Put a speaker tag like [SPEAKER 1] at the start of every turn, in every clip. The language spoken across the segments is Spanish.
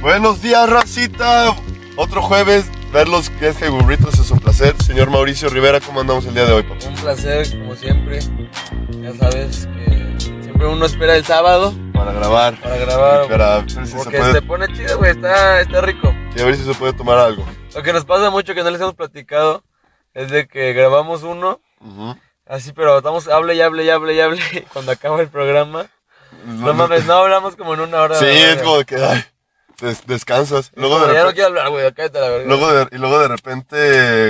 [SPEAKER 1] Buenos días, racita. Otro jueves, verlos que es que burritos es un placer. Señor Mauricio Rivera, ¿cómo andamos el día de hoy, papá?
[SPEAKER 2] Un placer, como siempre. Ya sabes que siempre uno espera el sábado
[SPEAKER 1] Para grabar.
[SPEAKER 2] para grabar.
[SPEAKER 1] Para ver si se
[SPEAKER 2] porque este-
[SPEAKER 1] puede.
[SPEAKER 2] se pone chido, güey. Está, está rico.
[SPEAKER 1] y a ver si se puede tomar algo.
[SPEAKER 2] Lo que nos pasa mucho que no les hemos platicado es de que grabamos uno,
[SPEAKER 1] Ujú.
[SPEAKER 2] así, pero estamos hable y hable y hable y hable. y cuando acaba el programa, no mames, no hablamos como en una hora.
[SPEAKER 1] Sí,
[SPEAKER 2] güey.
[SPEAKER 1] es como que ay, des- descansas. Luego de
[SPEAKER 2] ya no
[SPEAKER 1] repente,
[SPEAKER 2] quiero hablar, güey. Cállate a la verga.
[SPEAKER 1] luego de- y luego de repente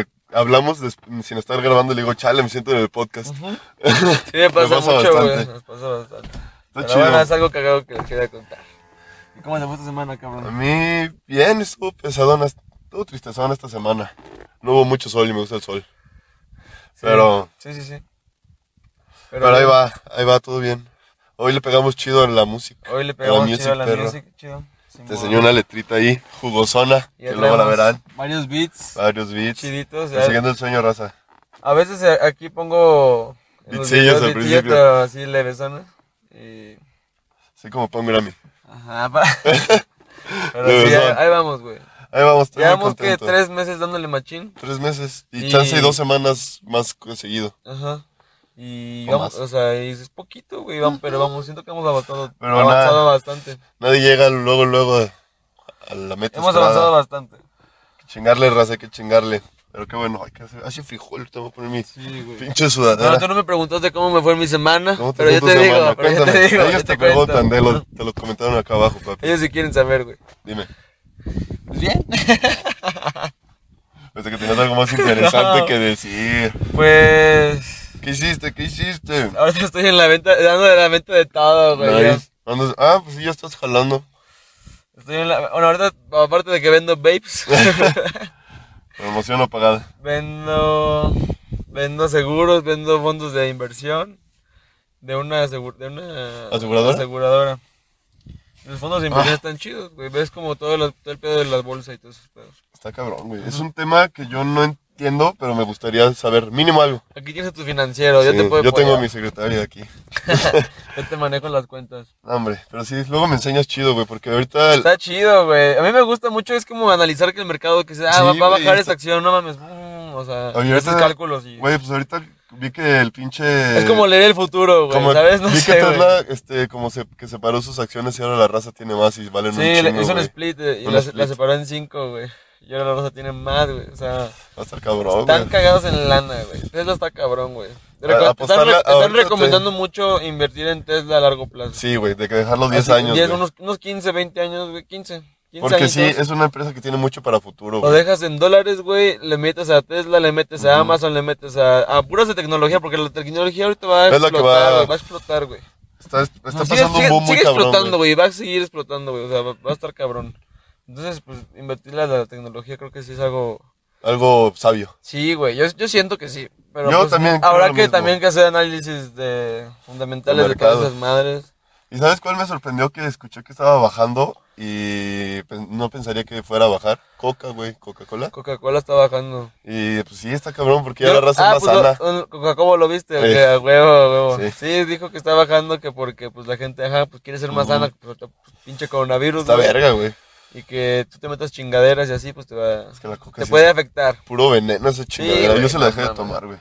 [SPEAKER 1] eh, hablamos des- sin estar grabando y le digo, chale, me siento en el podcast.
[SPEAKER 2] Ujú. Sí, me pasa,
[SPEAKER 1] Me pasa
[SPEAKER 2] mucho, güey.
[SPEAKER 1] bastante.
[SPEAKER 2] Nos pasa bastante.
[SPEAKER 1] Está
[SPEAKER 2] Pero
[SPEAKER 1] chido.
[SPEAKER 2] bueno, es algo cagado que les quería contar. ¿Y cómo se fue esta semana,
[SPEAKER 1] A
[SPEAKER 2] cabrón?
[SPEAKER 1] mí, bien, estuvo pesadona, estuvo tristezona esta semana. No hubo mucho sol y me gusta el sol. Pero-
[SPEAKER 2] Sí, sí, sí.
[SPEAKER 1] Pero, ahí va, ahí va, todo bien. Hoy le pegamos chido a la música.
[SPEAKER 2] Hoy le
[SPEAKER 1] la
[SPEAKER 2] pegamos
[SPEAKER 1] music,
[SPEAKER 2] chido a la
[SPEAKER 1] perro.
[SPEAKER 2] music, chido. Sin
[SPEAKER 1] Te
[SPEAKER 2] modo.
[SPEAKER 1] enseñó una letrita ahí, jugosona,
[SPEAKER 2] Y ya
[SPEAKER 1] que luego la
[SPEAKER 2] traemos
[SPEAKER 1] verán.
[SPEAKER 2] Varios beats
[SPEAKER 1] Varios beats.
[SPEAKER 2] chiditos. ya.
[SPEAKER 1] Persiguiendo el sueño, raza.
[SPEAKER 2] A veces eh, aquí pongo. en
[SPEAKER 1] Beatsillos
[SPEAKER 2] los videos
[SPEAKER 1] al
[SPEAKER 2] beatsillos,
[SPEAKER 1] principio.
[SPEAKER 2] Pero así levesones. Y.
[SPEAKER 1] Así como pongo Grammy.
[SPEAKER 2] Ajá, pa- Pero sí, ahí,
[SPEAKER 1] Levesón.
[SPEAKER 2] ahí vamos, güey.
[SPEAKER 1] Ahí vamos, estoy muy
[SPEAKER 2] Llevamos que
[SPEAKER 1] contento.
[SPEAKER 2] tres meses dándole machín.
[SPEAKER 1] Tres meses. Y,
[SPEAKER 2] Y-
[SPEAKER 1] chance y dos semanas más seguido.
[SPEAKER 2] Ajá. Y
[SPEAKER 1] O
[SPEAKER 2] vamos,
[SPEAKER 1] más.
[SPEAKER 2] o sea, y es poquito, güey, vamos, pero vamos, siento que hemos avanzado,
[SPEAKER 1] Pero
[SPEAKER 2] avanzado bastante.
[SPEAKER 1] Nadie llega luego, luego a, a la meta
[SPEAKER 2] Hemos
[SPEAKER 1] esperada.
[SPEAKER 2] avanzado bastante.
[SPEAKER 1] Chingarle, raza, hay que chingarle. Pero qué bueno, hay que hacer. Hace frijol, ahorita voy a poner mi
[SPEAKER 2] Sí, güey.
[SPEAKER 1] pinche
[SPEAKER 2] No,
[SPEAKER 1] sudadera.
[SPEAKER 2] tú no me preguntaste cómo me fue en mi semana,
[SPEAKER 1] ¿Cómo te
[SPEAKER 2] pero
[SPEAKER 1] fue
[SPEAKER 2] yo
[SPEAKER 1] tu
[SPEAKER 2] te digo,
[SPEAKER 1] semana?
[SPEAKER 2] pero yo
[SPEAKER 1] Cuéntame.
[SPEAKER 2] te digo, yo
[SPEAKER 1] Ellos te,
[SPEAKER 2] te cuento.
[SPEAKER 1] preguntan, de lo, te lo comentaron acá abajo, papi.
[SPEAKER 2] Ellos sí quieren saber, güey.
[SPEAKER 1] Dime.
[SPEAKER 2] Pues bien.
[SPEAKER 1] Pensé que tenías algo más interesante
[SPEAKER 2] No.
[SPEAKER 1] que decir.
[SPEAKER 2] Pues
[SPEAKER 1] ¿Qué hiciste? ¿Qué hiciste?
[SPEAKER 2] ahorita estoy en la venta, dando de la venta de todo, güey. ya.
[SPEAKER 1] Nice. Andas- Ah, pues sí, ya estás jalando.
[SPEAKER 2] Estoy en la, bueno, ahorita aparte de que vendo vapes,
[SPEAKER 1] Promoción apagada.
[SPEAKER 2] vendo vendo seguros, vendo fondos de inversión de una asegu- de una
[SPEAKER 1] ¿Aseguradora?
[SPEAKER 2] aseguradora. Los fondos de inversión
[SPEAKER 1] Ah.
[SPEAKER 2] están chidos, güey. Ves como todo, lo- todo el pedo de las bolsas y todos esos pedos.
[SPEAKER 1] Está cabrón, güey. Es un tema que yo no entiendo, pero me gustaría saber mínimo algo.
[SPEAKER 2] Aquí tienes a tu financiero, yo
[SPEAKER 1] Sí,
[SPEAKER 2] te puedo
[SPEAKER 1] yo tengo a
[SPEAKER 2] apoyar.
[SPEAKER 1] mi secretaria aquí.
[SPEAKER 2] Yo te manejo las cuentas.
[SPEAKER 1] No, hombre, pero sí, luego me enseñas chido, güey, porque ahorita...
[SPEAKER 2] Está chido, güey. A mí me gusta mucho, es como analizar que el mercado que se, ah,
[SPEAKER 1] Sí,
[SPEAKER 2] va, va a
[SPEAKER 1] güey,
[SPEAKER 2] bajar
[SPEAKER 1] está-
[SPEAKER 2] esta acción, no mames. mm, o sea,
[SPEAKER 1] Oye,
[SPEAKER 2] esos
[SPEAKER 1] ahorita-
[SPEAKER 2] cálculos y...
[SPEAKER 1] Güey, pues ahorita vi que el pinche...
[SPEAKER 2] es como leer el futuro, güey,
[SPEAKER 1] como-
[SPEAKER 2] ¿sabes? No
[SPEAKER 1] vi
[SPEAKER 2] sé,
[SPEAKER 1] que
[SPEAKER 2] güey.
[SPEAKER 1] Tesla, este, como se, que separó sus acciones y ahora la raza tiene más y valen un
[SPEAKER 2] Sí, le
[SPEAKER 1] chingo,
[SPEAKER 2] hizo un
[SPEAKER 1] güey.
[SPEAKER 2] split eh, y
[SPEAKER 1] Un
[SPEAKER 2] la,
[SPEAKER 1] split.
[SPEAKER 2] la separó en cinco, güey. Y ahora la raza tiene más, güey. O sea,
[SPEAKER 1] Va a estar cabrón,
[SPEAKER 2] están
[SPEAKER 1] Oh, güey.
[SPEAKER 2] cagados en lana, güey. Tesla está cabrón, güey.
[SPEAKER 1] A-
[SPEAKER 2] Reco- están,
[SPEAKER 1] apostarle
[SPEAKER 2] re-
[SPEAKER 1] a-
[SPEAKER 2] están
[SPEAKER 1] ahorita
[SPEAKER 2] recomendando mucho invertir en Tesla a largo plazo.
[SPEAKER 1] Sí, güey, de que dejarlo 10
[SPEAKER 2] Así,
[SPEAKER 1] años,
[SPEAKER 2] 10,
[SPEAKER 1] güey.
[SPEAKER 2] unos, unos 15, 20 años, güey. 15. 15
[SPEAKER 1] Porque sí,
[SPEAKER 2] añitos.
[SPEAKER 1] es una empresa que tiene mucho para futuro,
[SPEAKER 2] Lo
[SPEAKER 1] güey.
[SPEAKER 2] dejas en dólares, güey, le metes a Tesla, le metes a Amazon, le metes a, a puras de tecnología, porque la tecnología ahorita va a
[SPEAKER 1] Es la que
[SPEAKER 2] explotar,
[SPEAKER 1] va-
[SPEAKER 2] güey, va a explotar, güey.
[SPEAKER 1] Está, está
[SPEAKER 2] No, sigue-
[SPEAKER 1] pasando
[SPEAKER 2] sigue-
[SPEAKER 1] un boom muy
[SPEAKER 2] sigue
[SPEAKER 1] cabrón,
[SPEAKER 2] explotando,
[SPEAKER 1] güey.
[SPEAKER 2] güey, va a seguir explotando, güey, o sea, va, va a estar cabrón. Entonces, pues, invertirle a la tecnología creo que sí es algo...
[SPEAKER 1] Algo sabio.
[SPEAKER 2] Sí, güey, yo, yo siento que sí, pero
[SPEAKER 1] Yo
[SPEAKER 2] pues,
[SPEAKER 1] también creo
[SPEAKER 2] habrá
[SPEAKER 1] lo
[SPEAKER 2] que
[SPEAKER 1] mismo.
[SPEAKER 2] también que hacer análisis de fundamentales
[SPEAKER 1] Del
[SPEAKER 2] de todas
[SPEAKER 1] mercado.
[SPEAKER 2] esas madres.
[SPEAKER 1] ¿Y sabes cuál me sorprendió? Que escuché que estaba bajando y pen- no pensaría que fuera a bajar. Coca, güey, Coca-Cola.
[SPEAKER 2] Coca-Cola está bajando.
[SPEAKER 1] Y pues sí, está cabrón porque
[SPEAKER 2] Yo-
[SPEAKER 1] ya la raza
[SPEAKER 2] ah,
[SPEAKER 1] es más
[SPEAKER 2] pues,
[SPEAKER 1] sana.
[SPEAKER 2] lo- lo- Coca-Cola lo viste,
[SPEAKER 1] Sí.
[SPEAKER 2] que a huevo, a huevo. Sí.
[SPEAKER 1] Sí.
[SPEAKER 2] dijo que está bajando que porque pues la gente, ajá, pues quiere ser más
[SPEAKER 1] Ujú.
[SPEAKER 2] sana, pues, ahorita, pues, pinche coronavirus,
[SPEAKER 1] Está
[SPEAKER 2] güey,
[SPEAKER 1] verga, güey.
[SPEAKER 2] Y que tú te metas chingaderas y así, pues te va
[SPEAKER 1] Es que la coca
[SPEAKER 2] te
[SPEAKER 1] sí
[SPEAKER 2] puede
[SPEAKER 1] es
[SPEAKER 2] afectar.
[SPEAKER 1] puro veneno esa chingadera.
[SPEAKER 2] güey,
[SPEAKER 1] Yo se la
[SPEAKER 2] no
[SPEAKER 1] dejé de
[SPEAKER 2] mames.
[SPEAKER 1] tomar, güey.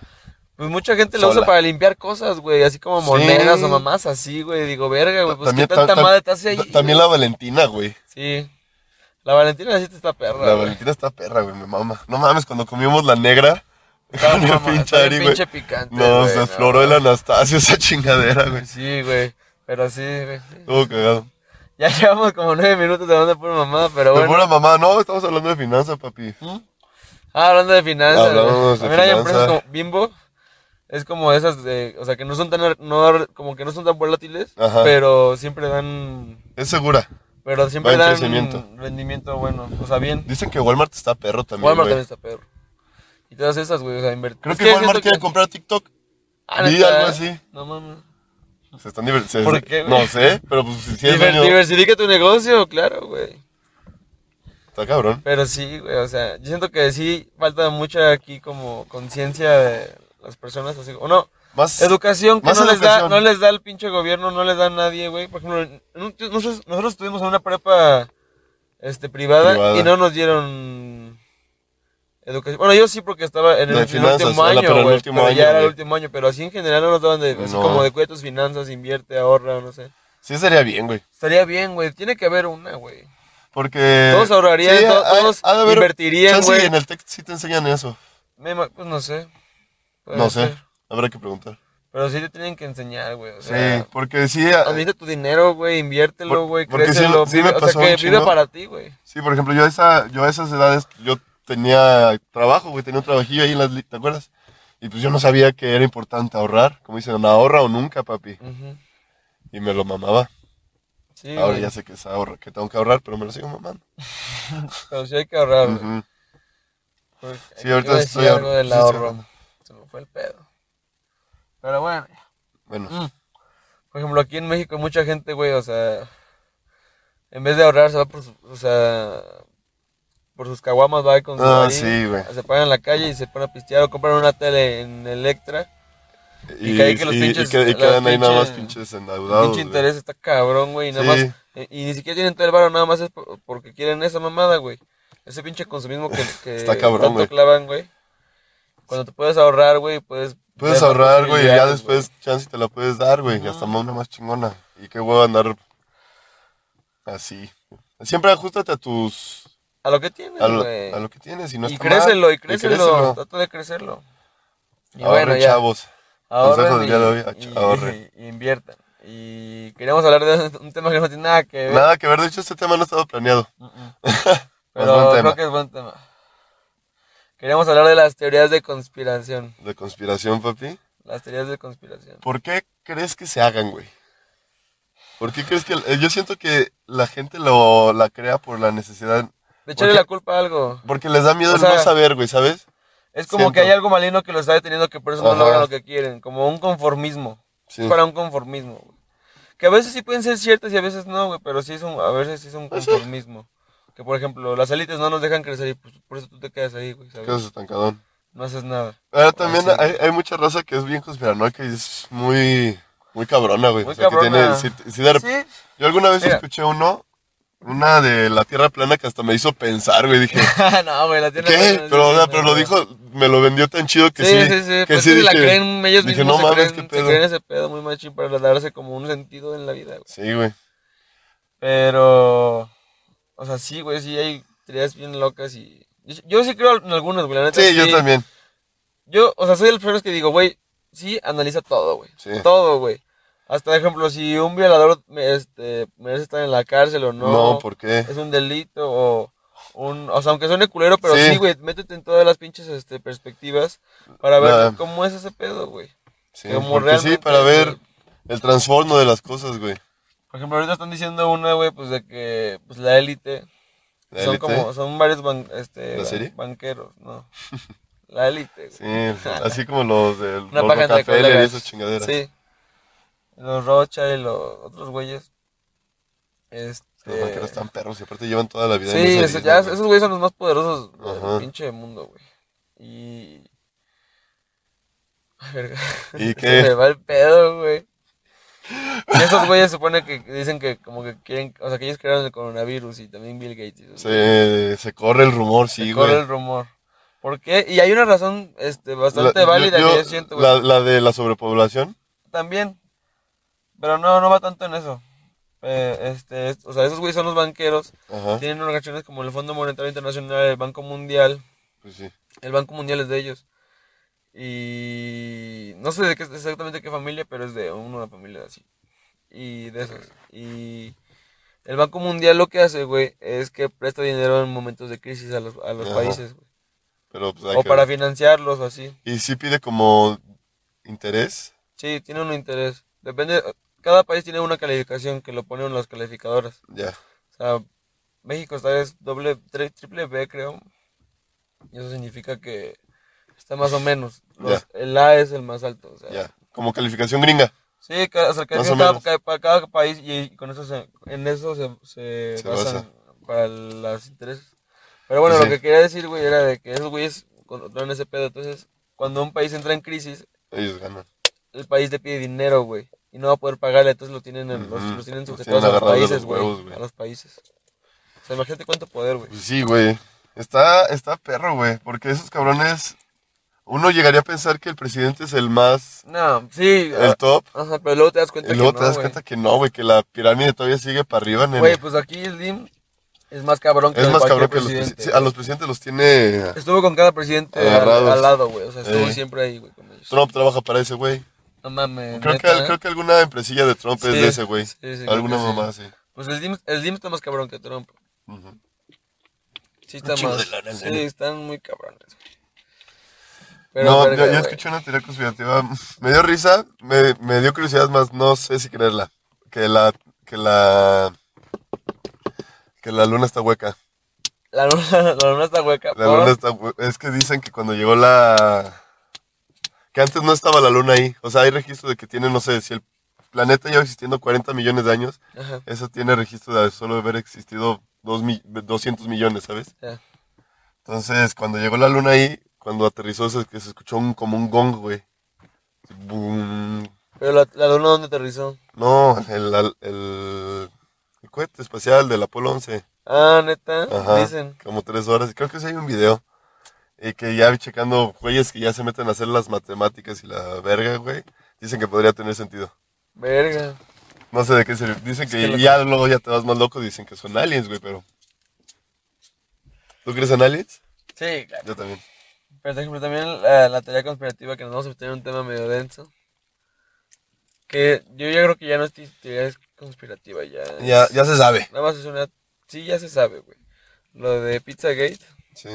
[SPEAKER 2] Pues mucha gente la
[SPEAKER 1] Sola.
[SPEAKER 2] usa para limpiar cosas, güey, así como
[SPEAKER 1] Sí.
[SPEAKER 2] monedas o mamás así, güey. Digo, verga, güey, pues qué
[SPEAKER 1] ta-
[SPEAKER 2] tanta
[SPEAKER 1] ta-
[SPEAKER 2] madre te hace ahí.
[SPEAKER 1] ta- también la Valentina, güey.
[SPEAKER 2] Sí. La Valentina sí te está perra,
[SPEAKER 1] La
[SPEAKER 2] güey.
[SPEAKER 1] Valentina está perra, güey, me mama. No mames, cuando comimos la negra.
[SPEAKER 2] Está,
[SPEAKER 1] con el
[SPEAKER 2] mamá,
[SPEAKER 1] pinche
[SPEAKER 2] está bien
[SPEAKER 1] Ari, güey.
[SPEAKER 2] pinche picante,
[SPEAKER 1] Nos
[SPEAKER 2] güey, no.
[SPEAKER 1] desfloró el Anastasio esa chingadera, güey.
[SPEAKER 2] Sí, güey. Pero sí, güey. sí.
[SPEAKER 1] Estuvo cagado.
[SPEAKER 2] Ya llevamos como nueve minutos hablando de pura mamada, pero
[SPEAKER 1] De
[SPEAKER 2] bueno.
[SPEAKER 1] pura mamá, no, estamos hablando de finanzas, papi.
[SPEAKER 2] Ah, hablando de finanzas.
[SPEAKER 1] Hablamos de
[SPEAKER 2] También hay empresas
[SPEAKER 1] finanzas.
[SPEAKER 2] como Bimbo. Es como esas de, o sea, que no son tan, no, como que no son tan volátiles,
[SPEAKER 1] Ajá.
[SPEAKER 2] pero siempre dan,
[SPEAKER 1] Es segura.
[SPEAKER 2] pero siempre
[SPEAKER 1] en
[SPEAKER 2] dan
[SPEAKER 1] crecimiento.
[SPEAKER 2] rendimiento bueno, o sea, bien.
[SPEAKER 1] Dicen que Walmart está perro también,
[SPEAKER 2] Walmart
[SPEAKER 1] güey.
[SPEAKER 2] también está peor. Y todas esas, güey, o sea, invertir.
[SPEAKER 1] Creo que Walmart quiere comprar TikTok. vi algo así.
[SPEAKER 2] ah, No mames.
[SPEAKER 1] Se están divirtiendo.
[SPEAKER 2] ¿Por qué, güey?
[SPEAKER 1] No sé, pero pues si es
[SPEAKER 2] Diver-
[SPEAKER 1] dueño,
[SPEAKER 2] diversifica tu negocio, claro, güey.
[SPEAKER 1] Está cabrón.
[SPEAKER 2] Pero sí, güey, o sea, yo siento que sí falta mucha aquí como conciencia de las personas, así, o no,
[SPEAKER 1] Más...
[SPEAKER 2] Educación que
[SPEAKER 1] Más
[SPEAKER 2] no les, da,
[SPEAKER 1] educación.
[SPEAKER 2] no les da el pinche gobierno, no les da nadie, güey. Por ejemplo, en- en un- nosotros, nosotros estuvimos en una prepa este, privada,
[SPEAKER 1] Privada.
[SPEAKER 2] y no nos dieron educación. Bueno, yo sí porque estaba en el,
[SPEAKER 1] De
[SPEAKER 2] en el
[SPEAKER 1] finanzas,
[SPEAKER 2] último
[SPEAKER 1] ah,
[SPEAKER 2] año,
[SPEAKER 1] pero el
[SPEAKER 2] güey,
[SPEAKER 1] último
[SPEAKER 2] pero
[SPEAKER 1] año,
[SPEAKER 2] ya era el
[SPEAKER 1] güey.
[SPEAKER 2] último año, pero así en general no nos daban de, así
[SPEAKER 1] No.
[SPEAKER 2] como de "Cuida tus finanzas, invierte, ahorra, no sé.
[SPEAKER 1] Sí, estaría bien, güey.
[SPEAKER 2] Estaría bien, güey, tiene que haber una, güey.
[SPEAKER 1] Porque.
[SPEAKER 2] Todos ahorrarían,
[SPEAKER 1] Sí,
[SPEAKER 2] to-
[SPEAKER 1] ha-
[SPEAKER 2] todos
[SPEAKER 1] ha de haber-
[SPEAKER 2] invertirían,
[SPEAKER 1] chance y
[SPEAKER 2] güey.
[SPEAKER 1] en el TEC sí te enseñan eso.
[SPEAKER 2] Me ima- Pues no sé. Puede
[SPEAKER 1] No sé.
[SPEAKER 2] ser.
[SPEAKER 1] Habrá que preguntar.
[SPEAKER 2] Pero sí te tienen que enseñar, güey. O
[SPEAKER 1] Sí,
[SPEAKER 2] sea,
[SPEAKER 1] porque sí. ah,
[SPEAKER 2] administra tu dinero, güey, inviértelo,
[SPEAKER 1] Por-
[SPEAKER 2] güey,
[SPEAKER 1] porque sí-
[SPEAKER 2] crécelo.
[SPEAKER 1] sí me
[SPEAKER 2] vive- o
[SPEAKER 1] pasó
[SPEAKER 2] sea,
[SPEAKER 1] un
[SPEAKER 2] que vive
[SPEAKER 1] chingo.
[SPEAKER 2] para ti, güey.
[SPEAKER 1] Sí, por ejemplo, yo a, esa, yo a esas edades, yo tenía trabajo, güey, tenía un trabajillo ahí en las. li- ¿Te acuerdas? Y pues yo no sabía que era importante ahorrar. Como dicen, ahorra o nunca, papi.
[SPEAKER 2] Ujú.
[SPEAKER 1] Y me lo mamaba.
[SPEAKER 2] Sí,
[SPEAKER 1] Ahora
[SPEAKER 2] güey,
[SPEAKER 1] ya sé que es ahorro, que tengo que ahorrar, pero me lo sigo mamando.
[SPEAKER 2] pero sí hay que ahorrar, güey.
[SPEAKER 1] Ujú.
[SPEAKER 2] Pues,
[SPEAKER 1] Sí,
[SPEAKER 2] iba
[SPEAKER 1] ahorita
[SPEAKER 2] a
[SPEAKER 1] estoy
[SPEAKER 2] decir algo
[SPEAKER 1] ahor-
[SPEAKER 2] del
[SPEAKER 1] sí, estoy
[SPEAKER 2] ahorro.
[SPEAKER 1] ahorrando.
[SPEAKER 2] Se me fue el pedo. Pero bueno.
[SPEAKER 1] Bueno,
[SPEAKER 2] Mm. Por ejemplo, aquí en México hay mucha gente, güey, o sea, en vez de ahorrar se va por su- o sea, por sus caguamas va con su
[SPEAKER 1] Ah,
[SPEAKER 2] varillo,
[SPEAKER 1] sí, güey.
[SPEAKER 2] se paran en la calle y se ponen a pistear o compran una tele en Electra. Y que ahí que los pinches-
[SPEAKER 1] que- y
[SPEAKER 2] los
[SPEAKER 1] quedan ahí nada más
[SPEAKER 2] pinches-
[SPEAKER 1] pinches
[SPEAKER 2] El
[SPEAKER 1] endeudados.
[SPEAKER 2] pinche
[SPEAKER 1] güey.
[SPEAKER 2] interés está cabrón, güey, y nada
[SPEAKER 1] Sí.
[SPEAKER 2] más eh, y, y ni siquiera tienen todo el varo, nada más es por- porque quieren esa mamada, güey. Ese pinche consumismo que, que
[SPEAKER 1] Está cabrón,
[SPEAKER 2] tanto
[SPEAKER 1] güey.
[SPEAKER 2] clavan, güey. Cuando te puedes ahorrar, güey, puedes
[SPEAKER 1] Puedes
[SPEAKER 2] ver más
[SPEAKER 1] ahorrar, güey, y ya
[SPEAKER 2] posibilidades,
[SPEAKER 1] después chance te la puedes dar, güey. y Hasta una más chingona. Y qué huevo andar así. Siempre ajustate a tus.
[SPEAKER 2] A lo que tienes,
[SPEAKER 1] A lo,
[SPEAKER 2] güey.
[SPEAKER 1] a lo que tienes. Y, no
[SPEAKER 2] y
[SPEAKER 1] está mal.
[SPEAKER 2] crécelo, y crécelo,
[SPEAKER 1] crécelo.
[SPEAKER 2] Trata de crecerlo. Y
[SPEAKER 1] Ahorren,
[SPEAKER 2] bueno, ya.
[SPEAKER 1] chavos. Consejo del día de hoy, ah,
[SPEAKER 2] y-
[SPEAKER 1] ahorren.
[SPEAKER 2] y- y inviertan. Y queríamos hablar de un tema que no tiene nada que ver.
[SPEAKER 1] Nada que ver, de hecho, este tema no estaba planeado.
[SPEAKER 2] Mm,
[SPEAKER 1] Pues
[SPEAKER 2] pero
[SPEAKER 1] buen
[SPEAKER 2] creo
[SPEAKER 1] tema.
[SPEAKER 2] que es buen tema. Queríamos hablar de las teorías de conspiración.
[SPEAKER 1] De conspiración, papi.
[SPEAKER 2] Las teorías de conspiración.
[SPEAKER 1] ¿Por qué crees que se hagan, güey? ¿Por qué crees que.? eh, Yo siento que la gente lo, la crea por la necesidad.
[SPEAKER 2] De
[SPEAKER 1] Porque-
[SPEAKER 2] echarle la culpa a algo.
[SPEAKER 1] Porque les da miedo
[SPEAKER 2] O
[SPEAKER 1] el
[SPEAKER 2] sea-
[SPEAKER 1] no saber, güey, ¿sabes?
[SPEAKER 2] Es como que
[SPEAKER 1] Siento.
[SPEAKER 2] hay algo maligno que lo está deteniendo que por eso no
[SPEAKER 1] Ajá.
[SPEAKER 2] logran lo que quieren. Como un conformismo.
[SPEAKER 1] Sí.
[SPEAKER 2] Es para un conformismo, güey. Que a veces sí pueden ser ciertas y a veces no, güey, pero sí es un, a veces sí es un
[SPEAKER 1] Pues
[SPEAKER 2] conformismo. Que por ejemplo, las élites no nos dejan crecer y pues, por eso tú te quedas ahí, güey, ¿sabes?
[SPEAKER 1] Qué estancadón.
[SPEAKER 2] No haces nada.
[SPEAKER 1] Ahora Ah, también
[SPEAKER 2] Así.
[SPEAKER 1] hay, hay mucha raza que es bien conspiranoica y es muy, muy cabrona, güey.
[SPEAKER 2] Muy
[SPEAKER 1] O sea, que
[SPEAKER 2] cabrona.
[SPEAKER 1] tiene- si- si de rep-
[SPEAKER 2] Sí,
[SPEAKER 1] Yo alguna vez
[SPEAKER 2] Mira.
[SPEAKER 1] escuché uno, una de la Tierra plana que hasta me hizo pensar, güey. Dije,
[SPEAKER 2] no, güey, la tiene
[SPEAKER 1] ¿qué? Pero, o sea, pero lo dijo, me lo vendió tan chido que
[SPEAKER 2] Sí,
[SPEAKER 1] sí.
[SPEAKER 2] sí, sí,
[SPEAKER 1] que
[SPEAKER 2] pues sí, la
[SPEAKER 1] dije-
[SPEAKER 2] creen, ellos
[SPEAKER 1] dije, no
[SPEAKER 2] mismos se,
[SPEAKER 1] mames,
[SPEAKER 2] creen,
[SPEAKER 1] qué
[SPEAKER 2] se
[SPEAKER 1] pedo.
[SPEAKER 2] creen ese pedo muy machín para darse como un sentido en la vida, güey.
[SPEAKER 1] Sí, güey.
[SPEAKER 2] Pero, o sea, sí, güey, sí hay teorías bien locas y... Yo, yo sí creo en algunas, güey, la neta.
[SPEAKER 1] Sí, yo también.
[SPEAKER 2] Yo, o sea, soy de las personas que digo, güey, sí, analiza todo, güey.
[SPEAKER 1] Sí.
[SPEAKER 2] Todo, güey. Hasta, por ejemplo, si un violador me- este, merece estar en la cárcel o no.
[SPEAKER 1] No, ¿por qué?
[SPEAKER 2] Es un delito o un... O sea, aunque suene culero, pero
[SPEAKER 1] Sí.
[SPEAKER 2] sí, güey, métete en todas las pinches este, perspectivas para ver
[SPEAKER 1] Nah.
[SPEAKER 2] cómo es ese pedo, güey.
[SPEAKER 1] Sí,
[SPEAKER 2] como
[SPEAKER 1] porque sí,
[SPEAKER 2] realmente,
[SPEAKER 1] para ver
[SPEAKER 2] güey.
[SPEAKER 1] el trasfondo de las cosas, güey.
[SPEAKER 2] Por ejemplo, ahorita están diciendo una, güey, pues de que pues, la élite...
[SPEAKER 1] La
[SPEAKER 2] son
[SPEAKER 1] élite.
[SPEAKER 2] como... Son varios ban- este,
[SPEAKER 1] ¿La serie?
[SPEAKER 2] banqueros, ¿no? la élite, güey.
[SPEAKER 1] Sí, así como los del
[SPEAKER 2] Una
[SPEAKER 1] los
[SPEAKER 2] página de
[SPEAKER 1] Rockefeller y
[SPEAKER 2] colegas.
[SPEAKER 1] esas chingaderas.
[SPEAKER 2] Sí. Los Rocha y los otros güeyes. Este.
[SPEAKER 1] Los banqueros están perros y aparte llevan toda la vida
[SPEAKER 2] sí,
[SPEAKER 1] en ese
[SPEAKER 2] eso-
[SPEAKER 1] business,
[SPEAKER 2] ya,
[SPEAKER 1] güey.
[SPEAKER 2] esos güeyes son los más poderosos
[SPEAKER 1] Ajá.
[SPEAKER 2] del pinche mundo, güey. Y. Ay, verga.
[SPEAKER 1] ¿Y
[SPEAKER 2] Se me
[SPEAKER 1] qué?
[SPEAKER 2] va el pedo, güey. Y esos güeyes supone que dicen que como que quieren, o sea, que ellos crearon el coronavirus y también Bill Gates. y esos güeyes.
[SPEAKER 1] Se, se corre el rumor,
[SPEAKER 2] Se
[SPEAKER 1] sí, güey.
[SPEAKER 2] corre el rumor. ¿Por qué? Y hay una razón este, bastante
[SPEAKER 1] La-
[SPEAKER 2] válida
[SPEAKER 1] yo-
[SPEAKER 2] que
[SPEAKER 1] yo-
[SPEAKER 2] yo siento, güey.
[SPEAKER 1] la, la de la sobrepoblación.
[SPEAKER 2] también. Pero no, no va tanto en eso. Eh, este, es- o sea, esos güeyes son los banqueros.
[SPEAKER 1] Ajá.
[SPEAKER 2] Tienen organizaciones como el Fondo Monetario Internacional, el Banco Mundial.
[SPEAKER 1] Pues sí.
[SPEAKER 2] El Banco Mundial es de ellos. Y no sé de qué, exactamente qué familia, pero es de una familia así. Y de esas. Y el Banco Mundial lo que hace, güey, es que presta dinero en momentos de crisis a los, a los
[SPEAKER 1] Ajá.
[SPEAKER 2] países. güey.
[SPEAKER 1] Pero pues hay
[SPEAKER 2] O
[SPEAKER 1] que
[SPEAKER 2] para
[SPEAKER 1] ver.
[SPEAKER 2] financiarlos o así.
[SPEAKER 1] Y sí pide como interés.
[SPEAKER 2] Sí, tiene un interés. Depende, cada país tiene una calificación que lo ponen las calificadoras.
[SPEAKER 1] Ya.
[SPEAKER 2] O sea, México está es doble, tri- triple B, creo. Y eso significa que está más o menos. Los- El A es el más alto. O sea,
[SPEAKER 1] Ya. Como calificación gringa.
[SPEAKER 2] Sí, ca- o sea, que
[SPEAKER 1] Más o
[SPEAKER 2] cada,
[SPEAKER 1] menos.
[SPEAKER 2] ca- para cada país y con eso se- en eso se, se
[SPEAKER 1] Se
[SPEAKER 2] basan
[SPEAKER 1] basa.
[SPEAKER 2] para los intereses. Pero bueno,
[SPEAKER 1] Sí.
[SPEAKER 2] lo que quería decir, güey, era de que esos güeyes controlan ese pedo. Entonces, cuando un país entra en crisis,
[SPEAKER 1] Ellos ganan.
[SPEAKER 2] el país te pide dinero, güey. Y no va a poder pagarle, entonces lo tienen, en- los,
[SPEAKER 1] Ujú.
[SPEAKER 2] los tienen
[SPEAKER 1] Los
[SPEAKER 2] sujetados
[SPEAKER 1] tienen
[SPEAKER 2] a los
[SPEAKER 1] agarrados de
[SPEAKER 2] países,
[SPEAKER 1] los
[SPEAKER 2] güey.
[SPEAKER 1] huevos, güey.
[SPEAKER 2] A los países. O sea, imagínate cuánto poder, güey.
[SPEAKER 1] Pues sí, güey. Está, está perro, güey. Porque esos cabrones. Uno llegaría a pensar que el presidente es el más.
[SPEAKER 2] No, sí.
[SPEAKER 1] el top.
[SPEAKER 2] Ajá, pero luego te das Ah, cuenta
[SPEAKER 1] Y luego
[SPEAKER 2] que
[SPEAKER 1] te
[SPEAKER 2] no,
[SPEAKER 1] das
[SPEAKER 2] güey.
[SPEAKER 1] cuenta que no, güey. Que la pirámide todavía sigue para arriba, nene.
[SPEAKER 2] Güey, pues aquí el DIM es más cabrón que
[SPEAKER 1] es más
[SPEAKER 2] cualquier
[SPEAKER 1] cabrón que los
[SPEAKER 2] presidente.
[SPEAKER 1] presi- sí, a los presidentes los tiene.
[SPEAKER 2] Estuvo con cada presidente al-
[SPEAKER 1] Agarrados.
[SPEAKER 2] al, lado, güey. O sea, estuvo
[SPEAKER 1] Eh.
[SPEAKER 2] siempre ahí, güey, con ellos.
[SPEAKER 1] Trump trabaja para ese güey.
[SPEAKER 2] No mames.
[SPEAKER 1] Creo, que,
[SPEAKER 2] neta, ¿eh?
[SPEAKER 1] creo que alguna empresilla de Trump es
[SPEAKER 2] Sí,
[SPEAKER 1] de ese güey.
[SPEAKER 2] sí, sí, creo
[SPEAKER 1] Alguna
[SPEAKER 2] que sí.
[SPEAKER 1] mamá, sí.
[SPEAKER 2] Pues el DIM, el DIM está más cabrón que Trump.
[SPEAKER 1] Ujú.
[SPEAKER 2] Sí, está
[SPEAKER 1] Un chingo
[SPEAKER 2] más.
[SPEAKER 1] de ¿eh? lana,
[SPEAKER 2] sí,
[SPEAKER 1] nena.
[SPEAKER 2] están muy cabrones, güey.
[SPEAKER 1] no,
[SPEAKER 2] verga,
[SPEAKER 1] yo, yo
[SPEAKER 2] güey.
[SPEAKER 1] escuché una teoría conspirativa. Me dio risa, me, me dio curiosidad más, no sé si creerla. Que la. Que la. Que la luna está hueca.
[SPEAKER 2] La luna, la luna está hueca.
[SPEAKER 1] La
[SPEAKER 2] ¿por?
[SPEAKER 1] luna está hue- Es que dicen que cuando llegó la. Que antes no estaba la luna ahí. O sea, hay registro de que tiene, no sé, si el planeta lleva existiendo 40 millones de años,
[SPEAKER 2] Ajá,
[SPEAKER 1] esa tiene registro de solo haber existido dos mi- 200 millones, ¿sabes?
[SPEAKER 2] ya.
[SPEAKER 1] Entonces, cuando llegó la luna ahí, cuando aterrizó, se, que se escuchó un- como un gong, güey. Boom.
[SPEAKER 2] Pero la, la luna, ¿dónde aterrizó?
[SPEAKER 1] No, el, al- el, el cohete espacial del Apolo 11.
[SPEAKER 2] Ah, neta.
[SPEAKER 1] Ajá.
[SPEAKER 2] Dicen.
[SPEAKER 1] Como tres horas. Creo que sí hay un video. Y que ya checando güeyes que ya se meten a hacer las matemáticas y la verga, güey. Dicen que podría tener sentido.
[SPEAKER 2] Verga.
[SPEAKER 1] No sé de qué sirve. Dicen que,
[SPEAKER 2] que lo-
[SPEAKER 1] ya luego ya te vas más loco. Dicen que son aliens, güey, pero. ¿Tú crees en aliens?
[SPEAKER 2] Sí, claro.
[SPEAKER 1] Yo también.
[SPEAKER 2] Pero, por ejemplo, también la, la teoría conspirativa que nos vamos a meter en un tema medio denso. Que yo ya creo que ya no es te- teoría es conspirativa, ya. es-
[SPEAKER 1] Ya, ya se sabe.
[SPEAKER 2] Nada más es una. Sí, ya se sabe, güey. Lo de Pizzagate.
[SPEAKER 1] Sí.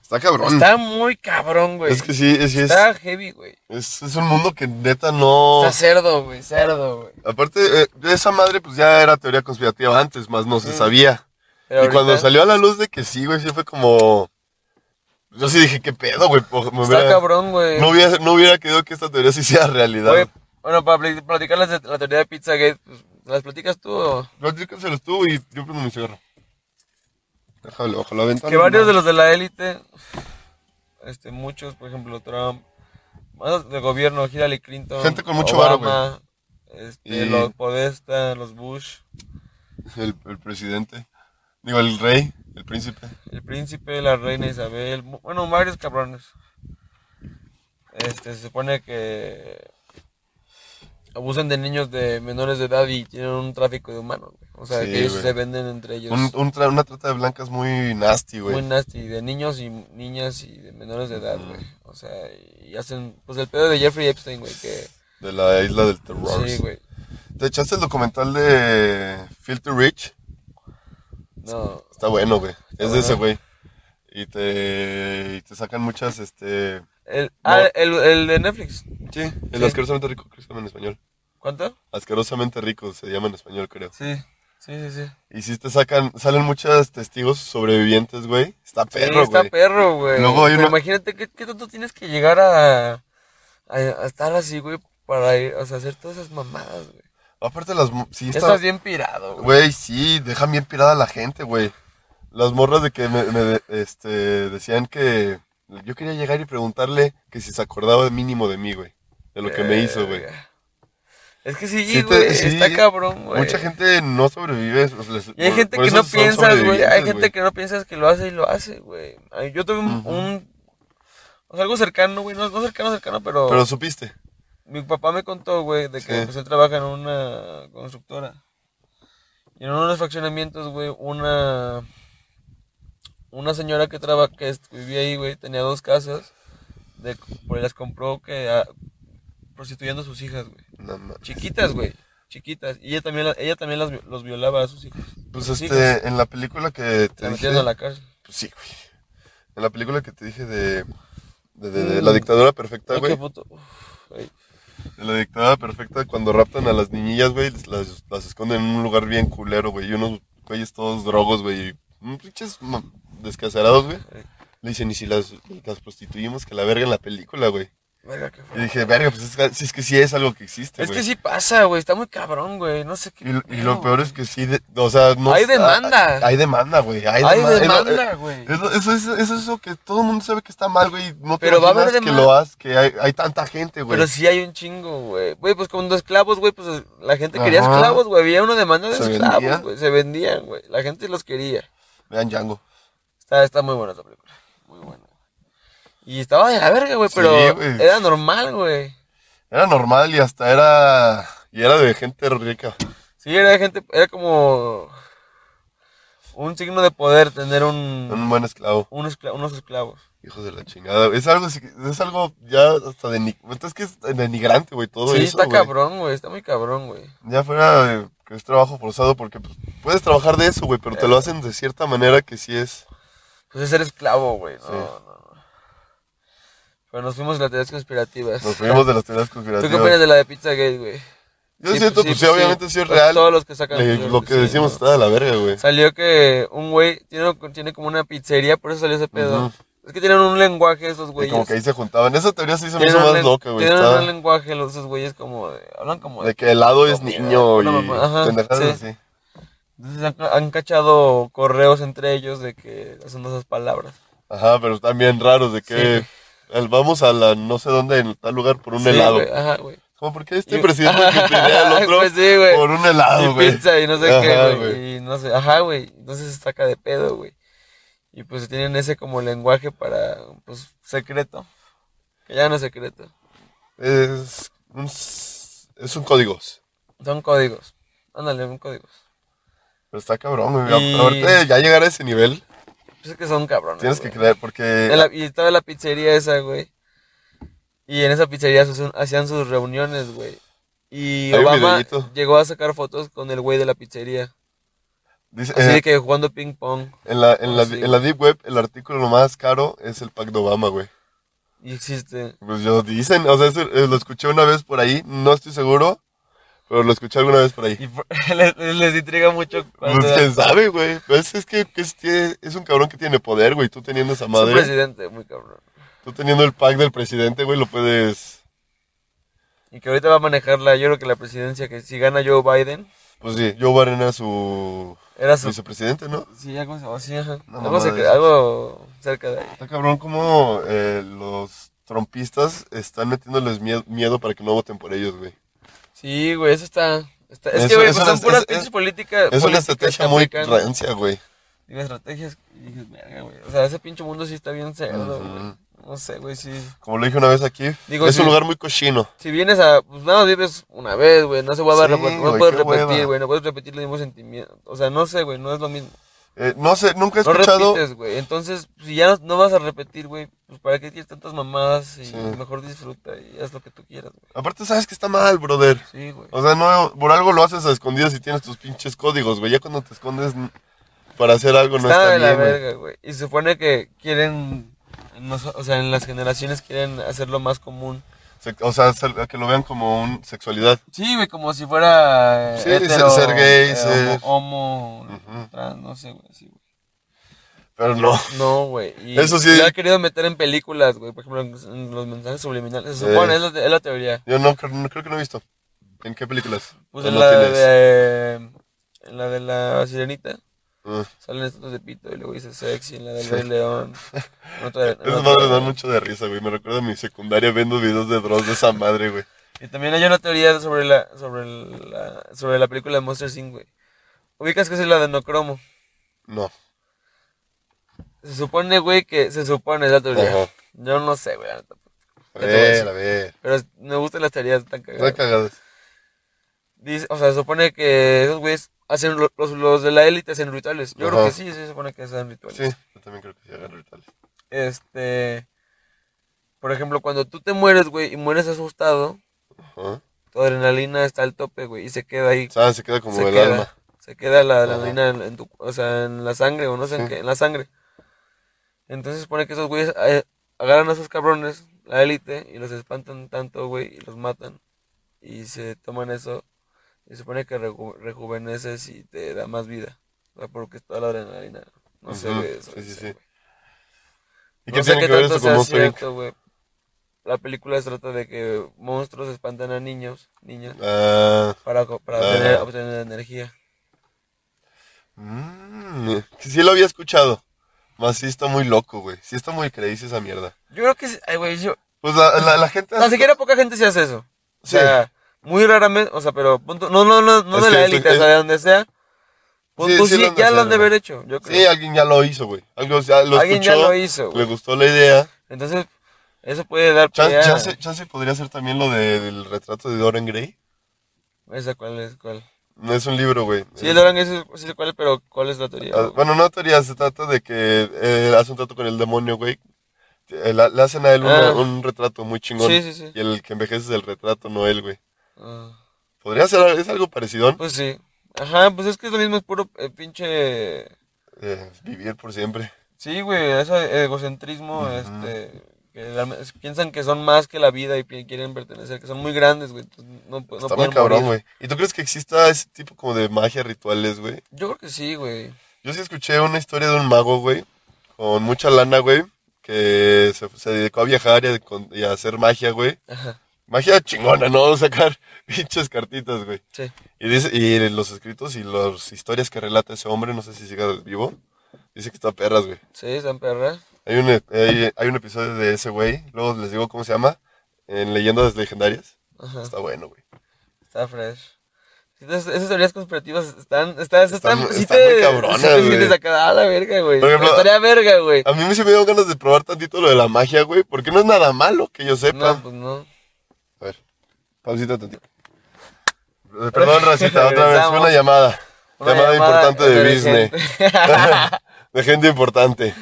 [SPEAKER 1] Está cabrón.
[SPEAKER 2] Está muy cabrón, güey.
[SPEAKER 1] es que sí, es, sí es,
[SPEAKER 2] Está heavy, güey.
[SPEAKER 1] es, es un mundo que neta no.
[SPEAKER 2] Está cerdo, güey. Cerdo, güey.
[SPEAKER 1] Aparte, eh, esa madre pues ya era teoría conspirativa antes, más no se
[SPEAKER 2] Mm.
[SPEAKER 1] sabía.
[SPEAKER 2] Pero
[SPEAKER 1] y cuando
[SPEAKER 2] ahorita
[SPEAKER 1] salió a la luz de que sí, güey, sí fue como... Yo sí dije, ¿qué pedo, güey? Po- me
[SPEAKER 2] Está
[SPEAKER 1] hubiera-
[SPEAKER 2] cabrón, eh. güey.
[SPEAKER 1] No hubiera, no hubiera querido que esta teoría sí sea realidad.
[SPEAKER 2] Güey, bueno, para pl- platicarles de la teoría de Pizzagate, pues, ¿las platicas tú o?
[SPEAKER 1] Platícaselos tú y yo prendo mi cigarro. Déjalo bajo la ventana.
[SPEAKER 2] Que varios de los de la élite, este, muchos, por ejemplo, Trump, más de gobierno, Hillary Clinton,
[SPEAKER 1] Gente con mucho varo,
[SPEAKER 2] Obama, este,
[SPEAKER 1] Y-
[SPEAKER 2] los Podesta, los Bush,
[SPEAKER 1] El, el presidente. Digo, el rey, el príncipe.
[SPEAKER 2] el príncipe, la reina Isabel, mu- bueno, varios cabrones. Este, se supone que abusan de niños de menores de edad y tienen un tráfico de humanos, güey. O sea,
[SPEAKER 1] Sí,
[SPEAKER 2] que ellos
[SPEAKER 1] güey.
[SPEAKER 2] se venden entre ellos.
[SPEAKER 1] Un- un tra- una trata de blancas muy nasty, güey.
[SPEAKER 2] muy nasty, de niños y niñas y de menores de edad, güey. O sea, y hacen, pues el pedo de Jeffrey Epstein, güey, que...
[SPEAKER 1] De la isla del terror.
[SPEAKER 2] Sí, güey.
[SPEAKER 1] ¿Te echaste el documental de Filter Rich?
[SPEAKER 2] No,
[SPEAKER 1] Está bueno, güey. Es de ese
[SPEAKER 2] bueno.
[SPEAKER 1] güey. Y te, y te sacan muchas, este...
[SPEAKER 2] el, ah, el, el de Netflix.
[SPEAKER 1] Sí, el
[SPEAKER 2] Sí.
[SPEAKER 1] asquerosamente rico, creo que se llama en español.
[SPEAKER 2] ¿Cuánto?
[SPEAKER 1] Asquerosamente rico se llama en español, creo.
[SPEAKER 2] Sí, sí, sí, sí.
[SPEAKER 1] Y si te sacan, salen muchos testigos sobrevivientes, güey. Está perro,
[SPEAKER 2] está
[SPEAKER 1] güey.
[SPEAKER 2] perro, güey.
[SPEAKER 1] Luego hay una-
[SPEAKER 2] Pero Imagínate qué, qué tanto tienes que llegar a, a, a estar así, güey, para ir, o sea, hacer todas esas mamadas, güey.
[SPEAKER 1] Aparte las... mo- Sí,
[SPEAKER 2] Ya
[SPEAKER 1] está...
[SPEAKER 2] estás bien pirado, güey.
[SPEAKER 1] Güey, sí, dejan bien pirada a la gente, güey. Las morras de que me, me de- este, decían que... Yo quería llegar y preguntarle que si se acordaba mínimo de mí, güey. De lo que me hizo, güey.
[SPEAKER 2] Verga. Es que Eh, sí,
[SPEAKER 1] Sí te-
[SPEAKER 2] güey,
[SPEAKER 1] sí.
[SPEAKER 2] está cabrón, güey.
[SPEAKER 1] Mucha gente no sobrevive. o sea, les-
[SPEAKER 2] Y hay
[SPEAKER 1] por-
[SPEAKER 2] gente
[SPEAKER 1] por
[SPEAKER 2] que
[SPEAKER 1] eso
[SPEAKER 2] no
[SPEAKER 1] son
[SPEAKER 2] piensas, güey. Hay
[SPEAKER 1] sobrevivientes,
[SPEAKER 2] gente que no piensas que lo hace y lo hace, güey. Ay, Yo tuve un,
[SPEAKER 1] Ujú.
[SPEAKER 2] un- O sea, algo cercano, güey. No, no cercano, cercano, pero,
[SPEAKER 1] Pero supiste.
[SPEAKER 2] mi papá me contó, güey, de que
[SPEAKER 1] Sí.
[SPEAKER 2] pues, él trabaja en una constructora. Y en uno de los fraccionamientos, güey, una. Una señora que, traba, que est- vivía ahí, güey, tenía dos casas. De, pues las compró que a- prostituyendo a sus hijas, güey.
[SPEAKER 1] No, no.
[SPEAKER 2] Chiquitas, güey. Chiquitas. Y ella también, la- ella también las vi- los violaba a sus hijos.
[SPEAKER 1] Pues
[SPEAKER 2] Sus
[SPEAKER 1] este,
[SPEAKER 2] hijos.
[SPEAKER 1] en la película que te dije.
[SPEAKER 2] La metieron a la cárcel.
[SPEAKER 1] Pues sí, güey. En la película que te dije de. de, de- de
[SPEAKER 2] Mm.
[SPEAKER 1] la dictadura perfecta,
[SPEAKER 2] Ay, qué
[SPEAKER 1] güey.
[SPEAKER 2] puto. Uf, güey.
[SPEAKER 1] De la dictadura perfecta, cuando raptan a las niñillas, güey, les- las, las esconden en un lugar bien culero, güey. Y unos güeyes todos drogos, güey. y unos Pinches ma- descacerados, güey.
[SPEAKER 2] Sí.
[SPEAKER 1] Le dicen, ¿y si las, las prostituimos? Que la verga en la película, güey.
[SPEAKER 2] Verga, qué
[SPEAKER 1] Y
[SPEAKER 2] fue.
[SPEAKER 1] dije, verga, pues es que, sí, es que sí es algo que existe,
[SPEAKER 2] Es
[SPEAKER 1] güey.
[SPEAKER 2] que sí pasa, güey. Está muy cabrón, güey. No sé qué.
[SPEAKER 1] Y, lo- y lo
[SPEAKER 2] pedo,
[SPEAKER 1] peor
[SPEAKER 2] güey.
[SPEAKER 1] es que sí, de- o sea, no...
[SPEAKER 2] Hay
[SPEAKER 1] ah, ah,
[SPEAKER 2] demanda.
[SPEAKER 1] Hay, demanda, güey. Hay,
[SPEAKER 2] Hay
[SPEAKER 1] dema- es lo-
[SPEAKER 2] demanda, güey.
[SPEAKER 1] es lo- Eso es, eso es lo que todo el mundo sabe que está mal, güey. No te
[SPEAKER 2] Pero va a
[SPEAKER 1] imaginas
[SPEAKER 2] haber
[SPEAKER 1] que
[SPEAKER 2] demanda.
[SPEAKER 1] lo has, que hay, hay tanta gente, güey.
[SPEAKER 2] Pero sí hay un chingo, güey. Güey, pues con dos esclavos, güey, pues la gente quería
[SPEAKER 1] Ajá.
[SPEAKER 2] esclavos, güey. Había una demanda de
[SPEAKER 1] Se vendía.
[SPEAKER 2] esclavos, güey. Se vendían, güey. La gente los quería.
[SPEAKER 1] Vean Django.
[SPEAKER 2] Está, está muy buena esta película. Muy buena. Y estaba de la verga, güey, pero
[SPEAKER 1] Sí, güey.
[SPEAKER 2] era normal, güey.
[SPEAKER 1] Era normal y hasta era... Y era de gente rica.
[SPEAKER 2] Sí, era gente, era como un signo de poder tener un,
[SPEAKER 1] Un buen esclavo.
[SPEAKER 2] un escla- unos esclavos.
[SPEAKER 1] Hijos de la chingada. Es algo, así que- es algo ya hasta de... pues, Es que es denigrante, güey, todo
[SPEAKER 2] sí,
[SPEAKER 1] eso,
[SPEAKER 2] está
[SPEAKER 1] güey.
[SPEAKER 2] cabrón, güey, está muy cabrón, güey.
[SPEAKER 1] Ya fuera de que es trabajo forzado, porque pues, puedes trabajar de eso, güey, pero te lo hacen de cierta manera que sí es.
[SPEAKER 2] Pues es ser esclavo, güey. No,
[SPEAKER 1] Sí.
[SPEAKER 2] no, no. Pero nos fuimos a las teorías conspirativas.
[SPEAKER 1] Nos fuimos de las teorías
[SPEAKER 2] ¿Tú qué opinas
[SPEAKER 1] conspirativas.
[SPEAKER 2] de la de Pizzagate, güey?
[SPEAKER 1] Yo
[SPEAKER 2] Sí,
[SPEAKER 1] siento,
[SPEAKER 2] sí,
[SPEAKER 1] pues sí,
[SPEAKER 2] sí.
[SPEAKER 1] obviamente sí es
[SPEAKER 2] Pues
[SPEAKER 1] real.
[SPEAKER 2] Todos los que sacan.
[SPEAKER 1] Le-
[SPEAKER 2] yo
[SPEAKER 1] lo
[SPEAKER 2] creo
[SPEAKER 1] que
[SPEAKER 2] sí,
[SPEAKER 1] decimos
[SPEAKER 2] ¿no?
[SPEAKER 1] está de la verga, güey.
[SPEAKER 2] Salió que un güey tiene, tiene como una pizzería, por eso salió ese pedo.
[SPEAKER 1] Ujú.
[SPEAKER 2] Es que tienen un lenguaje esos
[SPEAKER 1] Y
[SPEAKER 2] güeyes.
[SPEAKER 1] como que ahí se juntaban. Esa teoría sí se me
[SPEAKER 2] Tienen
[SPEAKER 1] hizo
[SPEAKER 2] un
[SPEAKER 1] más
[SPEAKER 2] len-
[SPEAKER 1] loca, güey.
[SPEAKER 2] Tienen
[SPEAKER 1] Está-
[SPEAKER 2] un lenguaje los esos güeyes como de, hablan como
[SPEAKER 1] De
[SPEAKER 2] de...
[SPEAKER 1] que el lado es
[SPEAKER 2] Comida,
[SPEAKER 1] niño y
[SPEAKER 2] una mamá, ajá,
[SPEAKER 1] pendejadas
[SPEAKER 2] sí.
[SPEAKER 1] así.
[SPEAKER 2] Entonces han, han cachado correos entre ellos de que son esas palabras.
[SPEAKER 1] Ajá, pero están bien raros de que el- vamos a la no sé dónde en tal lugar por un
[SPEAKER 2] Sí,
[SPEAKER 1] helado.
[SPEAKER 2] güey, ajá, güey.
[SPEAKER 1] Como porque este
[SPEAKER 2] Y-
[SPEAKER 1] presidente que pelea al otro
[SPEAKER 2] Pues sí, güey.
[SPEAKER 1] por un helado,
[SPEAKER 2] y
[SPEAKER 1] güey.
[SPEAKER 2] pizza y no sé
[SPEAKER 1] Ajá,
[SPEAKER 2] qué, güey. Y no sé, ajá, güey. Entonces se saca de pedo, güey. Y pues tienen ese como lenguaje para, pues, secreto. Que ya no es secreto.
[SPEAKER 1] Es un, es un código.
[SPEAKER 2] Son códigos. Ándale, son códigos.
[SPEAKER 1] Pero está cabrón, güey.
[SPEAKER 2] Y-
[SPEAKER 1] Ahorita ya llegar a ese nivel,
[SPEAKER 2] Pues es que son cabrones.
[SPEAKER 1] tienes que
[SPEAKER 2] güey.
[SPEAKER 1] creer, porque
[SPEAKER 2] En la- y estaba la pizzería esa, güey. Y en esa pizzería se- hacían sus reuniones, güey. Y
[SPEAKER 1] Hay un
[SPEAKER 2] Obama
[SPEAKER 1] videíto.
[SPEAKER 2] llegó a sacar fotos con el güey de la pizzería.
[SPEAKER 1] dice,
[SPEAKER 2] Así
[SPEAKER 1] eh,
[SPEAKER 2] de que jugando ping pong.
[SPEAKER 1] en, la, en, la,
[SPEAKER 2] Ah, sí.
[SPEAKER 1] en la Deep Web, el artículo lo más caro es el pack de Obama, güey.
[SPEAKER 2] Y existe.
[SPEAKER 1] Pues yo dicen, o sea, eso, eh, lo escuché una vez por ahí, no estoy seguro, pero lo escuché alguna vez por ahí.
[SPEAKER 2] Y por- les, les intriga mucho. cuando-
[SPEAKER 1] Pues quién sabe, güey. Pues es que, que es, que es un cabrón que tiene poder, güey. Tú teniendo esa
[SPEAKER 2] Es un
[SPEAKER 1] madre,
[SPEAKER 2] presidente, muy cabrón.
[SPEAKER 1] tú teniendo el pack del presidente, güey, lo puedes.
[SPEAKER 2] Y que ahorita va a manejar la, yo creo que la presidencia, que si gana Joe Biden,
[SPEAKER 1] Pues sí, Joe Biden era su
[SPEAKER 2] era su...
[SPEAKER 1] vicepresidente, ¿no?
[SPEAKER 2] Sí, algo, se- sí, ajá.
[SPEAKER 1] Una
[SPEAKER 2] algo,
[SPEAKER 1] mamada
[SPEAKER 2] se-
[SPEAKER 1] de esas.
[SPEAKER 2] algo cerca de ahí.
[SPEAKER 1] Está cabrón como los trompistas están metiéndoles mie- miedo para que no voten por ellos, güey.
[SPEAKER 2] Sí, güey, eso está... está- es
[SPEAKER 1] Eso-
[SPEAKER 2] que, güey,
[SPEAKER 1] eso
[SPEAKER 2] pues son
[SPEAKER 1] es-
[SPEAKER 2] puras
[SPEAKER 1] es-
[SPEAKER 2] pinches
[SPEAKER 1] es-
[SPEAKER 2] políticas...
[SPEAKER 1] Es una
[SPEAKER 2] políticas
[SPEAKER 1] estrategia muy
[SPEAKER 2] americanas.
[SPEAKER 1] rancia, güey.
[SPEAKER 2] Digo, estrategias... Y dices, verga, güey. O sea, ese pinche mundo sí está bien cerdo,
[SPEAKER 1] Ujú.
[SPEAKER 2] güey. No sé, güey, sí...
[SPEAKER 1] Como lo dije una vez aquí,
[SPEAKER 2] Digo,
[SPEAKER 1] es
[SPEAKER 2] sí.
[SPEAKER 1] un lugar muy cochino.
[SPEAKER 2] Si vienes a... Pues nada, más vives una vez, güey. No se vuelve a
[SPEAKER 1] Sí,
[SPEAKER 2] repetir. No
[SPEAKER 1] güey,
[SPEAKER 2] puedes
[SPEAKER 1] qué hueva.
[SPEAKER 2] repetir, güey. No puedes repetir el mismo sentimiento. O sea, no sé, güey. No es lo mismo.
[SPEAKER 1] Eh, no sé, nunca he
[SPEAKER 2] No
[SPEAKER 1] escuchado.
[SPEAKER 2] repites, güey. Entonces, si ya no, no vas a repetir, güey, pues para qué quieres tantas mamadas y
[SPEAKER 1] Sí.
[SPEAKER 2] mejor disfruta y haz lo que tú quieras, güey.
[SPEAKER 1] Aparte, sabes que está mal, brother.
[SPEAKER 2] Sí, güey.
[SPEAKER 1] O sea, no, por algo lo haces a escondidas y tienes tus pinches códigos, güey. Ya cuando te escondes n- para hacer algo no está,
[SPEAKER 2] está de la
[SPEAKER 1] bien, güey.
[SPEAKER 2] verga, güey. Y se supone que quieren, en nos- o sea, en las generaciones quieren hacerlo más común.
[SPEAKER 1] Se- O sea, ser- que lo vean como un sexualidad.
[SPEAKER 2] Sí, güey, como si fuera eh,
[SPEAKER 1] Sí, ser- ser gay,
[SPEAKER 2] eh,
[SPEAKER 1] ser-
[SPEAKER 2] homo, homo,
[SPEAKER 1] Ujú.
[SPEAKER 2] trans, no sé, güey, sí, güey.
[SPEAKER 1] Pero no.
[SPEAKER 2] No, güey. y
[SPEAKER 1] Eso sí.
[SPEAKER 2] Lo ha querido meter en películas, güey. Por ejemplo, en en los mensajes subliminales. Se
[SPEAKER 1] Sí.
[SPEAKER 2] supone, es la, es la teoría.
[SPEAKER 1] Yo no, cre- no- creo que no he visto. ¿En qué películas?
[SPEAKER 2] Pues
[SPEAKER 1] ¿O
[SPEAKER 2] en
[SPEAKER 1] no
[SPEAKER 2] la,
[SPEAKER 1] tienes?
[SPEAKER 2] de, en la de la sirenita
[SPEAKER 1] Ah.
[SPEAKER 2] salen estos de pito y luego dice sexy en la del Rey León. en otra- en
[SPEAKER 1] Ah, Esas
[SPEAKER 2] otra-
[SPEAKER 1] madres dan mucho de risa, güey. Me recuerda a mi secundaria viendo videos de Dross de esa madre, güey.
[SPEAKER 2] Y también hay una teoría sobre la, sobre la, sobre la película de Monster Inc. güey. Ubicas que es la de Nocromo.
[SPEAKER 1] No.
[SPEAKER 2] Se supone, güey, que se supone es la teoría.
[SPEAKER 1] Ajá.
[SPEAKER 2] Yo no sé, güey. la neta.
[SPEAKER 1] A
[SPEAKER 2] ¿Qué te voy a
[SPEAKER 1] ver,
[SPEAKER 2] decir?
[SPEAKER 1] a ver.
[SPEAKER 2] Pero es- me gustan las teorías tan
[SPEAKER 1] Están
[SPEAKER 2] cagadas.
[SPEAKER 1] cagadas.
[SPEAKER 2] Dice- o sea, se supone que esos güeyes hacen lo- los, los de la élite hacen rituales. Yo creo
[SPEAKER 1] Ajá.
[SPEAKER 2] que sí, sí se supone que hacen rituales.
[SPEAKER 1] Sí, yo también creo que sí agarro rituales.
[SPEAKER 2] Este. Por ejemplo, cuando tú te mueres, güey, y mueres asustado,
[SPEAKER 1] Ajá.
[SPEAKER 2] tu adrenalina está al tope, güey, y se queda ahí.
[SPEAKER 1] O sea, se queda como
[SPEAKER 2] se
[SPEAKER 1] el
[SPEAKER 2] queda,
[SPEAKER 1] alma.
[SPEAKER 2] Se queda la adrenalina en, en tu, o sea, en la sangre, o no sé en
[SPEAKER 1] Sí.
[SPEAKER 2] qué, en la sangre. Entonces supone que esos güeyes eh, agarran a esos cabrones, la élite, y los espantan tanto, güey, y los matan. Y se toman eso. Y supone que reju- rejuveneces y te da más vida. O sea, porque está la adrenalina. No sé,
[SPEAKER 1] Ujú,
[SPEAKER 2] güey. eso
[SPEAKER 1] sí, sí,
[SPEAKER 2] dicen,
[SPEAKER 1] sí.
[SPEAKER 2] güey.
[SPEAKER 1] ¿Y
[SPEAKER 2] no sé qué
[SPEAKER 1] tiene que ver eso
[SPEAKER 2] tanto
[SPEAKER 1] con
[SPEAKER 2] sea
[SPEAKER 1] Monster Inc?
[SPEAKER 2] cierto, güey. la película se trata de que monstruos espantan a niños, niñas,
[SPEAKER 1] Ah,
[SPEAKER 2] para, co- para
[SPEAKER 1] Ah.
[SPEAKER 2] tener- obtener energía.
[SPEAKER 1] mm, sí, sí lo había escuchado. Más sí está muy loco, güey. Sí está muy crazy esa mierda.
[SPEAKER 2] Yo creo que, sí- ay, güey, yo-
[SPEAKER 1] Pues la, la, la gente...
[SPEAKER 2] tan siquiera poca gente se hace eso. O
[SPEAKER 1] Sí.
[SPEAKER 2] sea, muy raramente, o sea, pero punto, no, no, no, no
[SPEAKER 1] Es
[SPEAKER 2] de
[SPEAKER 1] que
[SPEAKER 2] la
[SPEAKER 1] esto-
[SPEAKER 2] élite, o sea, de donde sea. Pues
[SPEAKER 1] Sí,
[SPEAKER 2] tú
[SPEAKER 1] sí
[SPEAKER 2] sí,
[SPEAKER 1] lo han de
[SPEAKER 2] ya lo
[SPEAKER 1] hacer,
[SPEAKER 2] han de
[SPEAKER 1] güey.
[SPEAKER 2] haber hecho, yo creo.
[SPEAKER 1] Sí, alguien ya lo hizo, güey. Algo, o sea, lo
[SPEAKER 2] Alguien ya
[SPEAKER 1] escuchó,
[SPEAKER 2] lo hizo, güey.
[SPEAKER 1] le gustó la idea.
[SPEAKER 2] Entonces, eso puede dar
[SPEAKER 1] Chan-
[SPEAKER 2] pie a-
[SPEAKER 1] Chance, chance podría ser también lo de- del retrato de Dorian Gray.
[SPEAKER 2] Esa cuál es, cuál.
[SPEAKER 1] No es un libro, güey.
[SPEAKER 2] Sí,
[SPEAKER 1] Eh,
[SPEAKER 2] el Oran es, sí sé cuál es, pero ¿cuál es la teoría?
[SPEAKER 1] ah, bueno, no teoría, se trata de que eh, hace un trato con el demonio, güey. Eh, la- Le hacen a él una-
[SPEAKER 2] Ah.
[SPEAKER 1] un retrato muy chingón.
[SPEAKER 2] Sí, sí, sí.
[SPEAKER 1] Y el que envejece es el retrato, no él, güey.
[SPEAKER 2] Ah,
[SPEAKER 1] Podría ser es algo parecido.
[SPEAKER 2] pues sí. Ajá, pues es que es lo mismo, es puro eh, pinche...
[SPEAKER 1] Eh, vivir por siempre.
[SPEAKER 2] Sí, güey, ese egocentrismo, este... Que la- piensan que son más que la vida y pi- quieren pertenecer, que son muy grandes, güey. entonces No, pu- no
[SPEAKER 1] Está muy
[SPEAKER 2] pueden
[SPEAKER 1] cabrón,
[SPEAKER 2] morir.
[SPEAKER 1] güey. ¿Y tú crees que exista ese tipo como de magia, rituales, güey?
[SPEAKER 2] Yo creo que sí, güey.
[SPEAKER 1] Yo sí escuché una historia de un mago, güey, con mucha lana, güey, que se, se dedicó a viajar y a, con- y a hacer magia, güey.
[SPEAKER 2] Ajá,
[SPEAKER 1] Magia chingona, ¿no? Sacar pinches cartitas, güey.
[SPEAKER 2] sí.
[SPEAKER 1] Y, dice, y los escritos y las historias que relata ese hombre, no sé si siga vivo, dice que está perras, güey.
[SPEAKER 2] Sí, San Perra.
[SPEAKER 1] Hay un, e- hay, hay un episodio de ese güey, luego les digo cómo se llama, en Leyendas Legendarias.
[SPEAKER 2] Ajá,
[SPEAKER 1] Está bueno, güey.
[SPEAKER 2] está fresh. Entonces, esas teorías conspirativas están... Están, están,
[SPEAKER 1] muy-
[SPEAKER 2] sí
[SPEAKER 1] están
[SPEAKER 2] te-
[SPEAKER 1] muy cabronas,
[SPEAKER 2] sí te
[SPEAKER 1] güey.
[SPEAKER 2] sientes acá, "Ah, la verga, güey.
[SPEAKER 1] Por ejemplo,
[SPEAKER 2] Pero estaría verga, güey.
[SPEAKER 1] A mí sí me dio ganas de probar tantito lo de la magia, güey, porque no es nada malo que yo sepa.
[SPEAKER 2] No, pues no.
[SPEAKER 1] A ver, pausita tantito. Eh, Perdón, Racita, otra vez.
[SPEAKER 2] Regresamos.
[SPEAKER 1] Una llamada.
[SPEAKER 2] Una
[SPEAKER 1] llamada,
[SPEAKER 2] llamada
[SPEAKER 1] importante de
[SPEAKER 2] de
[SPEAKER 1] Disney. de gente importante.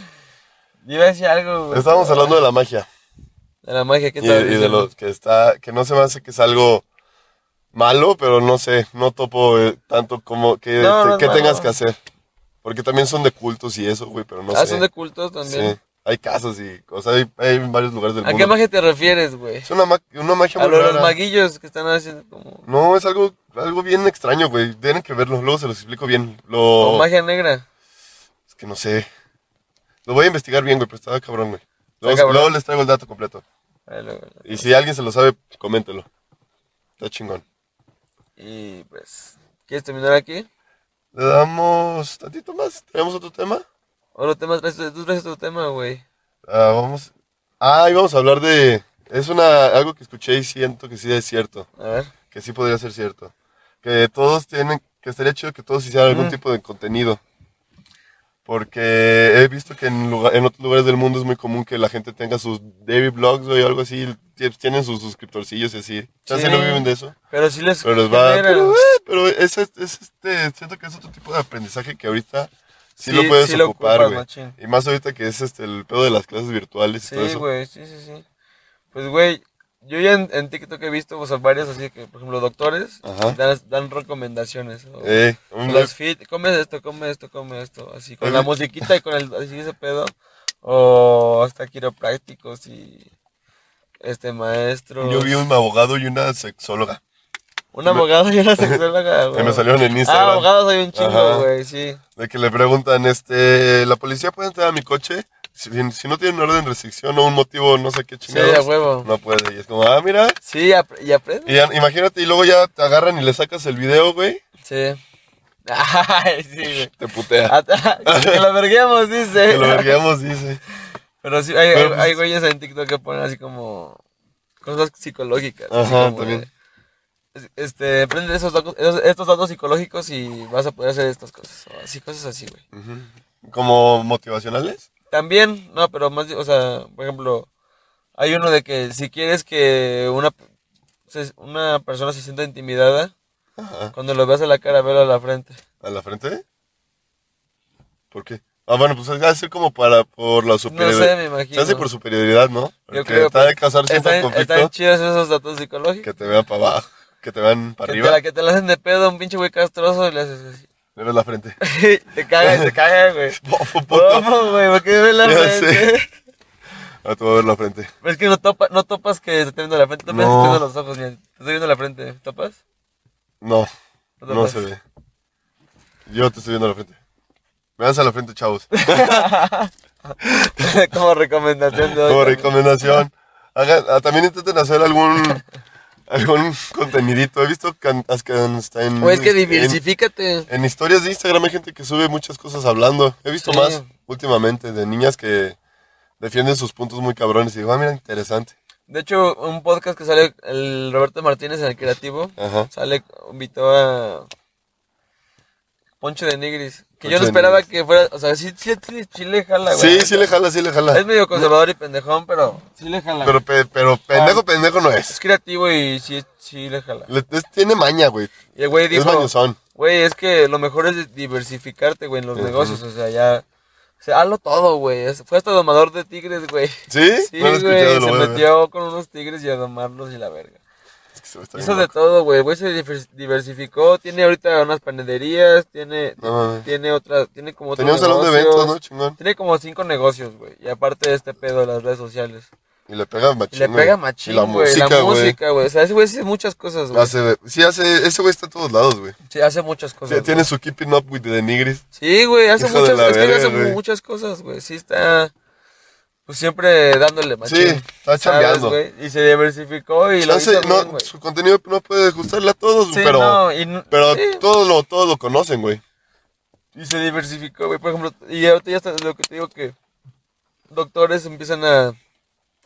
[SPEAKER 2] Yo iba a decir algo, güey.
[SPEAKER 1] Estábamos hablando de la magia.
[SPEAKER 2] De la magia, ¿qué
[SPEAKER 1] Y,
[SPEAKER 2] tal?
[SPEAKER 1] y de los que está. Que no se me hace que es algo malo, pero no sé. No topo eh, tanto como. Que,
[SPEAKER 2] No, no es
[SPEAKER 1] que
[SPEAKER 2] malo.
[SPEAKER 1] tengas que hacer. Porque también son de cultos y eso, güey, pero no
[SPEAKER 2] ah,
[SPEAKER 1] sé.
[SPEAKER 2] son de cultos también.
[SPEAKER 1] Sí. Hay casas y. O sea, hay, hay en varios lugares del
[SPEAKER 2] ¿A
[SPEAKER 1] mundo.
[SPEAKER 2] qué magia te refieres, güey?
[SPEAKER 1] Es una, ma- una magia
[SPEAKER 2] A
[SPEAKER 1] muy
[SPEAKER 2] lo de los
[SPEAKER 1] rara.
[SPEAKER 2] maguillos que están haciendo como,
[SPEAKER 1] No, es algo, algo bien extraño, güey. Tienen que verlo, luego se los explico bien.
[SPEAKER 2] como
[SPEAKER 1] Lo...
[SPEAKER 2] magia negra.
[SPEAKER 1] Es que no sé. Lo voy a investigar bien, güey, pero estaba cabrón, güey. Luego,
[SPEAKER 2] cabrón.
[SPEAKER 1] luego les traigo el dato completo.
[SPEAKER 2] Ahí lo- lo-
[SPEAKER 1] Y si alguien se lo sabe, coméntelo. Está chingón.
[SPEAKER 2] Y pues, ¿quieres terminar aquí?
[SPEAKER 1] Le damos tantito más. ¿Tenemos otro tema?
[SPEAKER 2] Otro tema, traes- tú traes otro tema, güey.
[SPEAKER 1] Ah, vamos. Ah, y vamos a hablar de... Es una, algo que escuché y siento que sí es cierto.
[SPEAKER 2] A ver.
[SPEAKER 1] Que sí podría ser cierto. Que todos tienen... Que estaría chido que todos hicieran algún tipo de contenido. Porque he visto que en, lugar- en otros lugares del mundo es muy común que la gente tenga sus daily blogs güey, o algo así. tie- Tienen sus suscriptorcillos y así. Chance
[SPEAKER 2] Sí.
[SPEAKER 1] no viven de eso.
[SPEAKER 2] Pero sí les
[SPEAKER 1] Pero les va.
[SPEAKER 2] genera-
[SPEAKER 1] Pero, eh, pero es, es- es este. Siento que es otro tipo de aprendizaje que ahorita sí,
[SPEAKER 2] Sí,
[SPEAKER 1] lo puedes
[SPEAKER 2] sí lo
[SPEAKER 1] ocupar,
[SPEAKER 2] ocupas,
[SPEAKER 1] güey.
[SPEAKER 2] machín.
[SPEAKER 1] Y más ahorita que es este, el pedo de las clases virtuales y todo
[SPEAKER 2] Sí,
[SPEAKER 1] eso.
[SPEAKER 2] güey, sí, sí, sí. Pues, güey, yo ya en, en TikTok he visto, o sea, varias así que, por ejemplo, doctores
[SPEAKER 1] Ajá.
[SPEAKER 2] dan, dan recomendaciones. o-
[SPEAKER 1] Eh, un-
[SPEAKER 2] Los fit, come esto, come esto, come esto, así con la
[SPEAKER 1] Oye.
[SPEAKER 2] musiquita y con el así ese pedo o hasta quiroprácticos y este maestro,
[SPEAKER 1] yo vi un abogado y una sexóloga.
[SPEAKER 2] un abogado y una sexóloga, güey.
[SPEAKER 1] Que me salieron en Instagram.
[SPEAKER 2] Ah, abogados hay un
[SPEAKER 1] Ajá.
[SPEAKER 2] chingo, güey, sí.
[SPEAKER 1] De que le preguntan, este, ¿la policía puede entrar a mi coche? Si, si no tiene una orden de restricción o un motivo, no sé qué
[SPEAKER 2] Sí,
[SPEAKER 1] chingados.
[SPEAKER 2] a huevo.
[SPEAKER 1] No puede. Y es como, ah, mira.
[SPEAKER 2] Sí, ap- y aprende.
[SPEAKER 1] Y ya- imagínate, y luego ya te agarran y le sacas el video, güey.
[SPEAKER 2] Sí. Ay, sí, güey.
[SPEAKER 1] Te putea.
[SPEAKER 2] Ah, que lo verguemos, dice.
[SPEAKER 1] Que lo verguemos, dice.
[SPEAKER 2] Pero sí, hay,
[SPEAKER 1] Pero,
[SPEAKER 2] hay-
[SPEAKER 1] pues,
[SPEAKER 2] hay güeyes en TikTok que ponen así como cosas psicológicas. así
[SPEAKER 1] Ajá,
[SPEAKER 2] como
[SPEAKER 1] también.
[SPEAKER 2] de, es- este, prende esos datos, esos- estos datos psicológicos y vas a poder hacer estas cosas. o así, cosas así, güey.
[SPEAKER 1] ¿Como motivacionales?
[SPEAKER 2] También, no, pero más, o sea, por ejemplo, hay uno de que si quieres que una, se- una persona se sienta intimidada,
[SPEAKER 1] Ajá.
[SPEAKER 2] cuando lo veas a la cara, velo a la frente.
[SPEAKER 1] ¿A la frente? ¿Por qué? Ah, bueno, pues va a ser como para, por la
[SPEAKER 2] No
[SPEAKER 1] superioridad.
[SPEAKER 2] sé, me imagino.
[SPEAKER 1] Se hace por superioridad, ¿no? Porque
[SPEAKER 2] Yo creo
[SPEAKER 1] está de
[SPEAKER 2] pues,
[SPEAKER 1] causar cierto
[SPEAKER 2] están-
[SPEAKER 1] conflicto
[SPEAKER 2] Están chidos esos datos psicológicos.
[SPEAKER 1] que te vean para abajo, que te vean para
[SPEAKER 2] Que te,
[SPEAKER 1] arriba.
[SPEAKER 2] la, que te la hacen de pedo a un pinche güey castroso y le haces así.
[SPEAKER 1] Le ves la frente.
[SPEAKER 2] te caga, te caga, güey.
[SPEAKER 1] Bofo, puto.
[SPEAKER 2] Vamos, güey, ¿por qué ves la
[SPEAKER 1] Ya
[SPEAKER 2] frente?
[SPEAKER 1] Ahora te voy a ver la frente.
[SPEAKER 2] Pero es que no, topa, no topas que te viendo la frente, topas
[SPEAKER 1] No.
[SPEAKER 2] que te viendo los ojos, mira. Te estoy viendo la frente, ¿topas?
[SPEAKER 1] No,
[SPEAKER 2] No
[SPEAKER 1] no,
[SPEAKER 2] te pases.
[SPEAKER 1] se ve. Yo te estoy viendo la frente. Me das a la frente, chavos.
[SPEAKER 2] Como recomendación de hoy.
[SPEAKER 1] Como
[SPEAKER 2] también.
[SPEAKER 1] recomendación. Hagan- ah, también intenten hacer algún algún contenidito. He visto que han- hasta en- hasta en,
[SPEAKER 2] Güey, es que
[SPEAKER 1] en-
[SPEAKER 2] diversifícate.
[SPEAKER 1] en historias de Instagram hay gente que sube muchas cosas hablando. He visto
[SPEAKER 2] Sí.
[SPEAKER 1] más últimamente de niñas que defienden sus puntos muy cabrones y digo, ah, mira, interesante.
[SPEAKER 2] De hecho, un podcast que sale el Roberto Martínez en el creativo,
[SPEAKER 1] Ajá.
[SPEAKER 2] sale, invitó a Poncho de Nigris. Que
[SPEAKER 1] Poncho
[SPEAKER 2] yo no
[SPEAKER 1] de
[SPEAKER 2] esperaba
[SPEAKER 1] Nigris.
[SPEAKER 2] que fuera, o sea, sí, sí, sí, sí le jala, Ah,
[SPEAKER 1] Sí,
[SPEAKER 2] güey.
[SPEAKER 1] sí le jala, sí le
[SPEAKER 2] Es
[SPEAKER 1] jala.
[SPEAKER 2] medio conservador y pendejón, pero sí le jala.
[SPEAKER 1] Pero,
[SPEAKER 2] güey.
[SPEAKER 1] pe- pero
[SPEAKER 2] Ah.
[SPEAKER 1] pendejo, pendejo no es.
[SPEAKER 2] Es creativo y sí, sí le jala.
[SPEAKER 1] Le- es- tiene maña, güey.
[SPEAKER 2] Y el güey
[SPEAKER 1] Es
[SPEAKER 2] dijo,
[SPEAKER 1] mañosón.
[SPEAKER 2] güey, es que lo mejor es diversificarte, güey, en los negocios, o sea, ya... O sea, hazlo todo, güey. Es- Fue hasta domador de tigres, güey.
[SPEAKER 1] ¿Sí?
[SPEAKER 2] Sí,
[SPEAKER 1] No lo he
[SPEAKER 2] güey,
[SPEAKER 1] escuchado, lo
[SPEAKER 2] se
[SPEAKER 1] voy a ver.
[SPEAKER 2] metió con unos tigres y a domarlos y la verga.
[SPEAKER 1] Es que se me está
[SPEAKER 2] Hizo
[SPEAKER 1] viendo.
[SPEAKER 2] de todo, güey. El güey se difer- diversificó. Tiene ahorita unas panaderías. Tiene,
[SPEAKER 1] No mames.
[SPEAKER 2] tiene otra. Tiene como otro
[SPEAKER 1] Tenía un salón de
[SPEAKER 2] negocios.
[SPEAKER 1] eventos, ¿no? Chingón.
[SPEAKER 2] Tiene como cinco negocios, güey. Y aparte de este pedo de las redes sociales.
[SPEAKER 1] Y le pega machín.
[SPEAKER 2] Y le
[SPEAKER 1] güey.
[SPEAKER 2] pega
[SPEAKER 1] Y
[SPEAKER 2] machín,
[SPEAKER 1] la
[SPEAKER 2] güey. La
[SPEAKER 1] música, güey.
[SPEAKER 2] música, güey. O sea, ese güey hace muchas cosas, güey.
[SPEAKER 1] Hace, sí, hace, ese güey está en todos lados, güey.
[SPEAKER 2] Sí, hace muchas
[SPEAKER 1] Sí,
[SPEAKER 2] cosas. güey.
[SPEAKER 1] tiene su keeping up with the nigris.
[SPEAKER 2] Sí, güey, hace
[SPEAKER 1] Hijo de
[SPEAKER 2] muchas,
[SPEAKER 1] la
[SPEAKER 2] es que
[SPEAKER 1] verga,
[SPEAKER 2] hace
[SPEAKER 1] güey.
[SPEAKER 2] muchas cosas, güey. Sí está pues siempre dándole machín.
[SPEAKER 1] Sí, está
[SPEAKER 2] ¿sabes,
[SPEAKER 1] chambeando.
[SPEAKER 2] güey? Y se diversificó y lo
[SPEAKER 1] Chance,
[SPEAKER 2] hizo
[SPEAKER 1] no,
[SPEAKER 2] bien, güey.
[SPEAKER 1] su contenido no puede gustarle a todos,
[SPEAKER 2] Sí,
[SPEAKER 1] pero,
[SPEAKER 2] no, y n-
[SPEAKER 1] pero
[SPEAKER 2] sí.
[SPEAKER 1] todos, lo, todos lo conocen, güey.
[SPEAKER 2] Y se diversificó, güey. Por ejemplo, y ahorita ya está lo que te digo que doctores empiezan a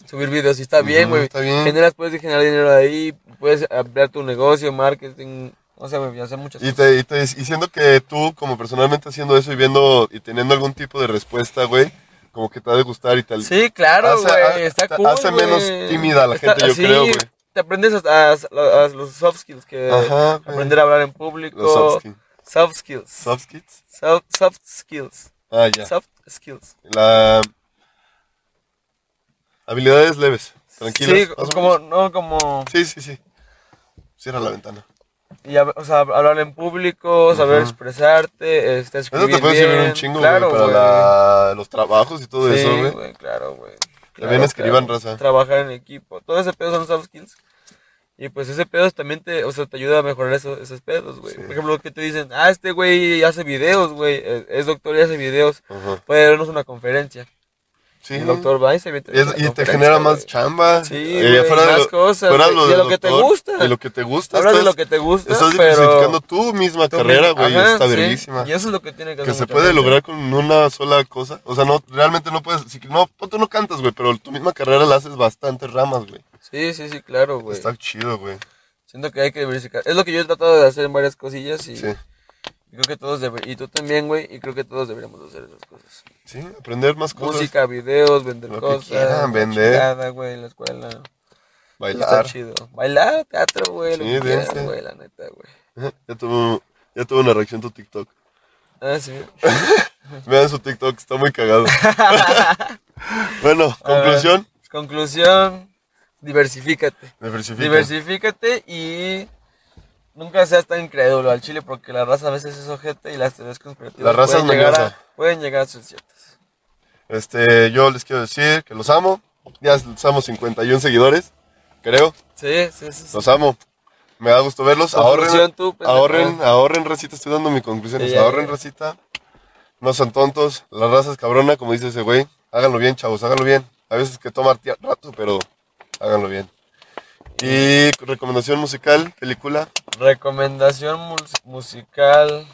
[SPEAKER 2] subir videos y está bien,
[SPEAKER 1] Ujú,
[SPEAKER 2] güey.
[SPEAKER 1] está bien.
[SPEAKER 2] Generas, puedes generar dinero ahí, puedes ampliar tu negocio, marketing, o sea, güey, hacer muchas
[SPEAKER 1] Y,
[SPEAKER 2] cosas.
[SPEAKER 1] te, y, te- y siendo que tú, como personalmente haciendo eso y viendo y teniendo algún tipo de respuesta, güey, como que te ha de gustar y tal.
[SPEAKER 2] Sí, claro,
[SPEAKER 1] Hace-
[SPEAKER 2] güey.
[SPEAKER 1] ha-
[SPEAKER 2] Está
[SPEAKER 1] te-
[SPEAKER 2] cool.
[SPEAKER 1] hace
[SPEAKER 2] güey.
[SPEAKER 1] menos tímida a la gente, yo creo, güey.
[SPEAKER 2] Te aprendes a, a- a los soft skills que
[SPEAKER 1] Ajá, güey.
[SPEAKER 2] aprender a hablar en público.
[SPEAKER 1] Los soft skills.
[SPEAKER 2] Soft skills. Soft,
[SPEAKER 1] ¿Soft kids?
[SPEAKER 2] soft skills.
[SPEAKER 1] Ah, ya.
[SPEAKER 2] Soft skills.
[SPEAKER 1] La... Habilidades leves, tranquilas.
[SPEAKER 2] Sí,
[SPEAKER 1] más o
[SPEAKER 2] como,
[SPEAKER 1] menos.
[SPEAKER 2] no, como.
[SPEAKER 1] Sí, sí, sí. Cierra la ventana.
[SPEAKER 2] y hab- o sea, hablar en público, saber expresarte, este,
[SPEAKER 1] Eso
[SPEAKER 2] escribir.
[SPEAKER 1] te puede servir
[SPEAKER 2] bien.
[SPEAKER 1] un chingo,
[SPEAKER 2] claro,
[SPEAKER 1] güey, para
[SPEAKER 2] güey.
[SPEAKER 1] la- los trabajos y todo
[SPEAKER 2] Sí,
[SPEAKER 1] eso, güey.
[SPEAKER 2] güey, claro, güey.
[SPEAKER 1] También
[SPEAKER 2] Claro,
[SPEAKER 1] escriban,
[SPEAKER 2] claro.
[SPEAKER 1] raza.
[SPEAKER 2] Trabajar en equipo. Todo ese pedo son soft skills. Y pues ese pedo también te, o sea, te ayuda a mejorar eso- esos pedos, güey. Por ejemplo, que te dicen, ah, este güey hace videos, güey. Es, es doctor y hace videos.
[SPEAKER 1] Ajá.
[SPEAKER 2] Puede darnos una conferencia.
[SPEAKER 1] Sí.
[SPEAKER 2] El doctor va y se mete.
[SPEAKER 1] Y, es-
[SPEAKER 2] a la
[SPEAKER 1] y te
[SPEAKER 2] conferencia,
[SPEAKER 1] genera más
[SPEAKER 2] güey.
[SPEAKER 1] chamba.
[SPEAKER 2] Sí,
[SPEAKER 1] Y
[SPEAKER 2] güey,
[SPEAKER 1] fuera de
[SPEAKER 2] más
[SPEAKER 1] lo-
[SPEAKER 2] cosas,
[SPEAKER 1] fuera
[SPEAKER 2] güey, de
[SPEAKER 1] del
[SPEAKER 2] lo que te
[SPEAKER 1] doctor,
[SPEAKER 2] gusta.
[SPEAKER 1] De lo que te gusta.
[SPEAKER 2] Hablas de
[SPEAKER 1] estás-
[SPEAKER 2] lo que te gusta,
[SPEAKER 1] Estás
[SPEAKER 2] pero-
[SPEAKER 1] diversificando tu misma
[SPEAKER 2] Tú
[SPEAKER 1] carrera,
[SPEAKER 2] mismo-
[SPEAKER 1] güey.
[SPEAKER 2] Ajá,
[SPEAKER 1] Está
[SPEAKER 2] sí.
[SPEAKER 1] verguísima.
[SPEAKER 2] Y eso es lo que tiene que hacer.
[SPEAKER 1] Que se
[SPEAKER 2] mucha
[SPEAKER 1] puede
[SPEAKER 2] gente.
[SPEAKER 1] lograr con una sola cosa. O sea, no, realmente no puedes. si- no, pues, tú no cantas, güey, pero tu misma carrera la haces bastantes ramas, güey.
[SPEAKER 2] Sí, sí, sí, claro, güey.
[SPEAKER 1] Está chido, güey.
[SPEAKER 2] Siento que hay que diversificar. Es lo que yo he tratado de hacer en varias cosillas y
[SPEAKER 1] Sí.
[SPEAKER 2] creo que todos deberían, y tú también, güey, y creo que todos deberíamos hacer esas cosas.
[SPEAKER 1] Sí, aprender más cosas.
[SPEAKER 2] Música, videos, vender
[SPEAKER 1] Lo que
[SPEAKER 2] cosas.
[SPEAKER 1] quieran,
[SPEAKER 2] la
[SPEAKER 1] vender.
[SPEAKER 2] chingada, güey, la escuela. Está
[SPEAKER 1] Bailar.
[SPEAKER 2] chido. Bailar, teatro, güey, lo
[SPEAKER 1] Sí,
[SPEAKER 2] que quieras,
[SPEAKER 1] dense.
[SPEAKER 2] güey, la neta, güey.
[SPEAKER 1] Ya tuvo, ya tuvo una reacción tu TikTok.
[SPEAKER 2] Ah, sí.
[SPEAKER 1] Vean su TikTok, está muy cagado. bueno, conclusión.
[SPEAKER 2] Conclusión, diversifícate.
[SPEAKER 1] Diversifica.
[SPEAKER 2] Diversifícate y nunca seas tan incrédulo al chile porque la raza a veces es ojete y las teorías conspirativas
[SPEAKER 1] La raza
[SPEAKER 2] pueden
[SPEAKER 1] es
[SPEAKER 2] llegar,
[SPEAKER 1] mañosa.
[SPEAKER 2] a, pueden llegar a ser ciertas.
[SPEAKER 1] Este, yo les quiero decir que los amo. Ya somos 51 seguidores, creo.
[SPEAKER 2] Sí, sí, sí. sí.
[SPEAKER 1] Los amo. Me da gusto verlos. Ahorren,
[SPEAKER 2] Conclusión tú, pendejo.
[SPEAKER 1] ahorren, ahorren, Racita. Estoy dando mi conclusión.
[SPEAKER 2] Sí, ya,
[SPEAKER 1] ahorren,
[SPEAKER 2] ya.
[SPEAKER 1] Racita. No son tontos. La raza es cabrona, como dice ese güey. Háganlo bien, chavos, háganlo bien. A veces que toma tía- rato, pero háganlo bien. Y recomendación musical, película.
[SPEAKER 2] Recomendación mus- musical.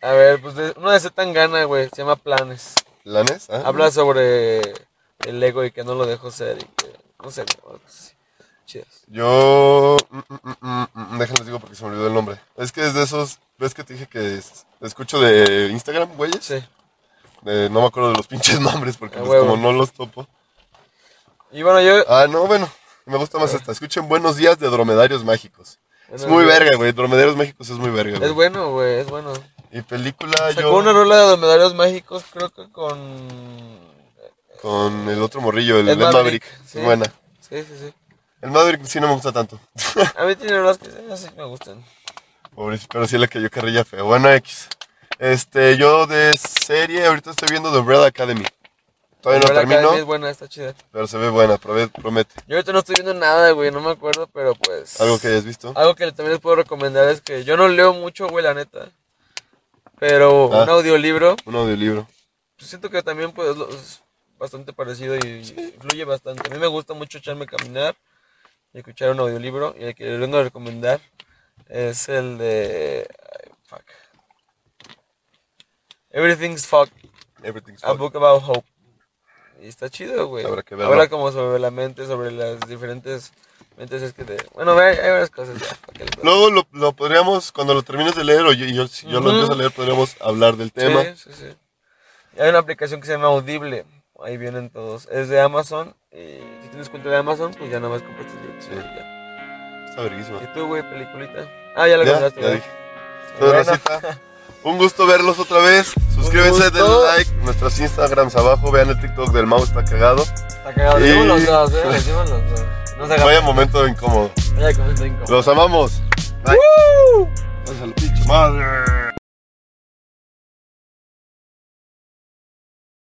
[SPEAKER 2] A ver, pues de- una de Zetangana, güey, se llama Planes.
[SPEAKER 1] Lanes. ¿ah?
[SPEAKER 2] Habla sobre el ego y que no lo dejó ser y que no sé, güey, algo así. chidas.
[SPEAKER 1] Yo. mm, mm, mm, mm, déjenles digo porque se me olvidó el nombre. Es que es de esos. ¿Ves que te dije que es- escucho de Instagram, güeyes?
[SPEAKER 2] Sí.
[SPEAKER 1] Eh, no me acuerdo de los pinches nombres porque
[SPEAKER 2] A
[SPEAKER 1] pues,
[SPEAKER 2] huevo.
[SPEAKER 1] como no los topo.
[SPEAKER 2] Y bueno, yo
[SPEAKER 1] Ah, no, bueno. Me gusta más esta. Escuchen Buenos Días de Dromedarios Mágicos. Es
[SPEAKER 2] Ah. Buenos
[SPEAKER 1] muy
[SPEAKER 2] días.
[SPEAKER 1] verga, güey. Dromedarios Mágicos es muy verga,
[SPEAKER 2] es
[SPEAKER 1] güey.
[SPEAKER 2] bueno, güey, es bueno.
[SPEAKER 1] Y película
[SPEAKER 2] Sacó
[SPEAKER 1] yo.
[SPEAKER 2] una rola de Dromedarios Mágicos, creo que con
[SPEAKER 1] Con el otro morrillo, el,
[SPEAKER 2] Ed
[SPEAKER 1] Ed Maverick.
[SPEAKER 2] sí.
[SPEAKER 1] Es buena.
[SPEAKER 2] Sí, sí, sí.
[SPEAKER 1] El Maverick sí no me gusta tanto.
[SPEAKER 2] A mí tiene rolas que sí me gustan.
[SPEAKER 1] Pobrecito, pero sí le cayó carrilla feo. Bueno, X. Este, yo de serie, ahorita estoy viendo The Umbrella Academy. Todavía no
[SPEAKER 2] Pero la
[SPEAKER 1] termino,
[SPEAKER 2] Academy es buena, está chida.
[SPEAKER 1] pero se ve buena, prove- promete.
[SPEAKER 2] Yo ahorita no estoy viendo nada, güey, no me acuerdo, pero pues.
[SPEAKER 1] Algo que hayas visto.
[SPEAKER 2] Algo que también les puedo recomendar es que yo no leo mucho, güey, la neta. Pero
[SPEAKER 1] Ah.
[SPEAKER 2] un audiolibro,
[SPEAKER 1] Un audiolibro.
[SPEAKER 2] pues, siento que también, pues, los- bastante parecido y influye bastante. A mí me gusta mucho echarme a caminar y escuchar un audiolibro. Y el que les vengo a recomendar es el de. ay, fuck. Everything's Fuck,
[SPEAKER 1] Everything's
[SPEAKER 2] A
[SPEAKER 1] fine.
[SPEAKER 2] Book About Hope. Y está chido, güey.
[SPEAKER 1] Habrá que verlo.
[SPEAKER 2] Habla como sobre la mente, sobre las diferentes mentes. Es que te- Bueno, hay, hay varias cosas ya. ¿para qué les doy?
[SPEAKER 1] Luego lo, lo podríamos, cuando lo termines de leer, o yo, yo- si yo lo
[SPEAKER 2] Ujú.
[SPEAKER 1] empiezo a leer, podríamos hablar del tema.
[SPEAKER 2] Sí, sí, sí. Y hay una aplicación que se llama Audible. Ahí vienen todos. Es de Amazon. Y si tienes cuenta de Amazon, pues ya nada más compras tus libros.
[SPEAKER 1] Sí.
[SPEAKER 2] y ya.
[SPEAKER 1] Está verguísima.
[SPEAKER 2] ¿Y tú, güey, peliculita? Ah, ya la
[SPEAKER 1] Ya,
[SPEAKER 2] compraste.
[SPEAKER 1] ya
[SPEAKER 2] ¿verdad?
[SPEAKER 1] dije. Entonces, Racita, un gusto verlos otra vez. Suscríbanse,
[SPEAKER 2] gusto.
[SPEAKER 1] denle like. Nuestros Instagrams abajo. Vean el TikTok del Mau, está cagado.
[SPEAKER 2] Está cagado.
[SPEAKER 1] Y-
[SPEAKER 2] Decimos los dos, eh. Decimos los dos. No se haga.
[SPEAKER 1] Vaya momento incómodo.
[SPEAKER 2] Vaya, comenta incómodo.
[SPEAKER 1] Los amamos. Bye.
[SPEAKER 2] ¡Woo!
[SPEAKER 1] Hasta la pinche madre.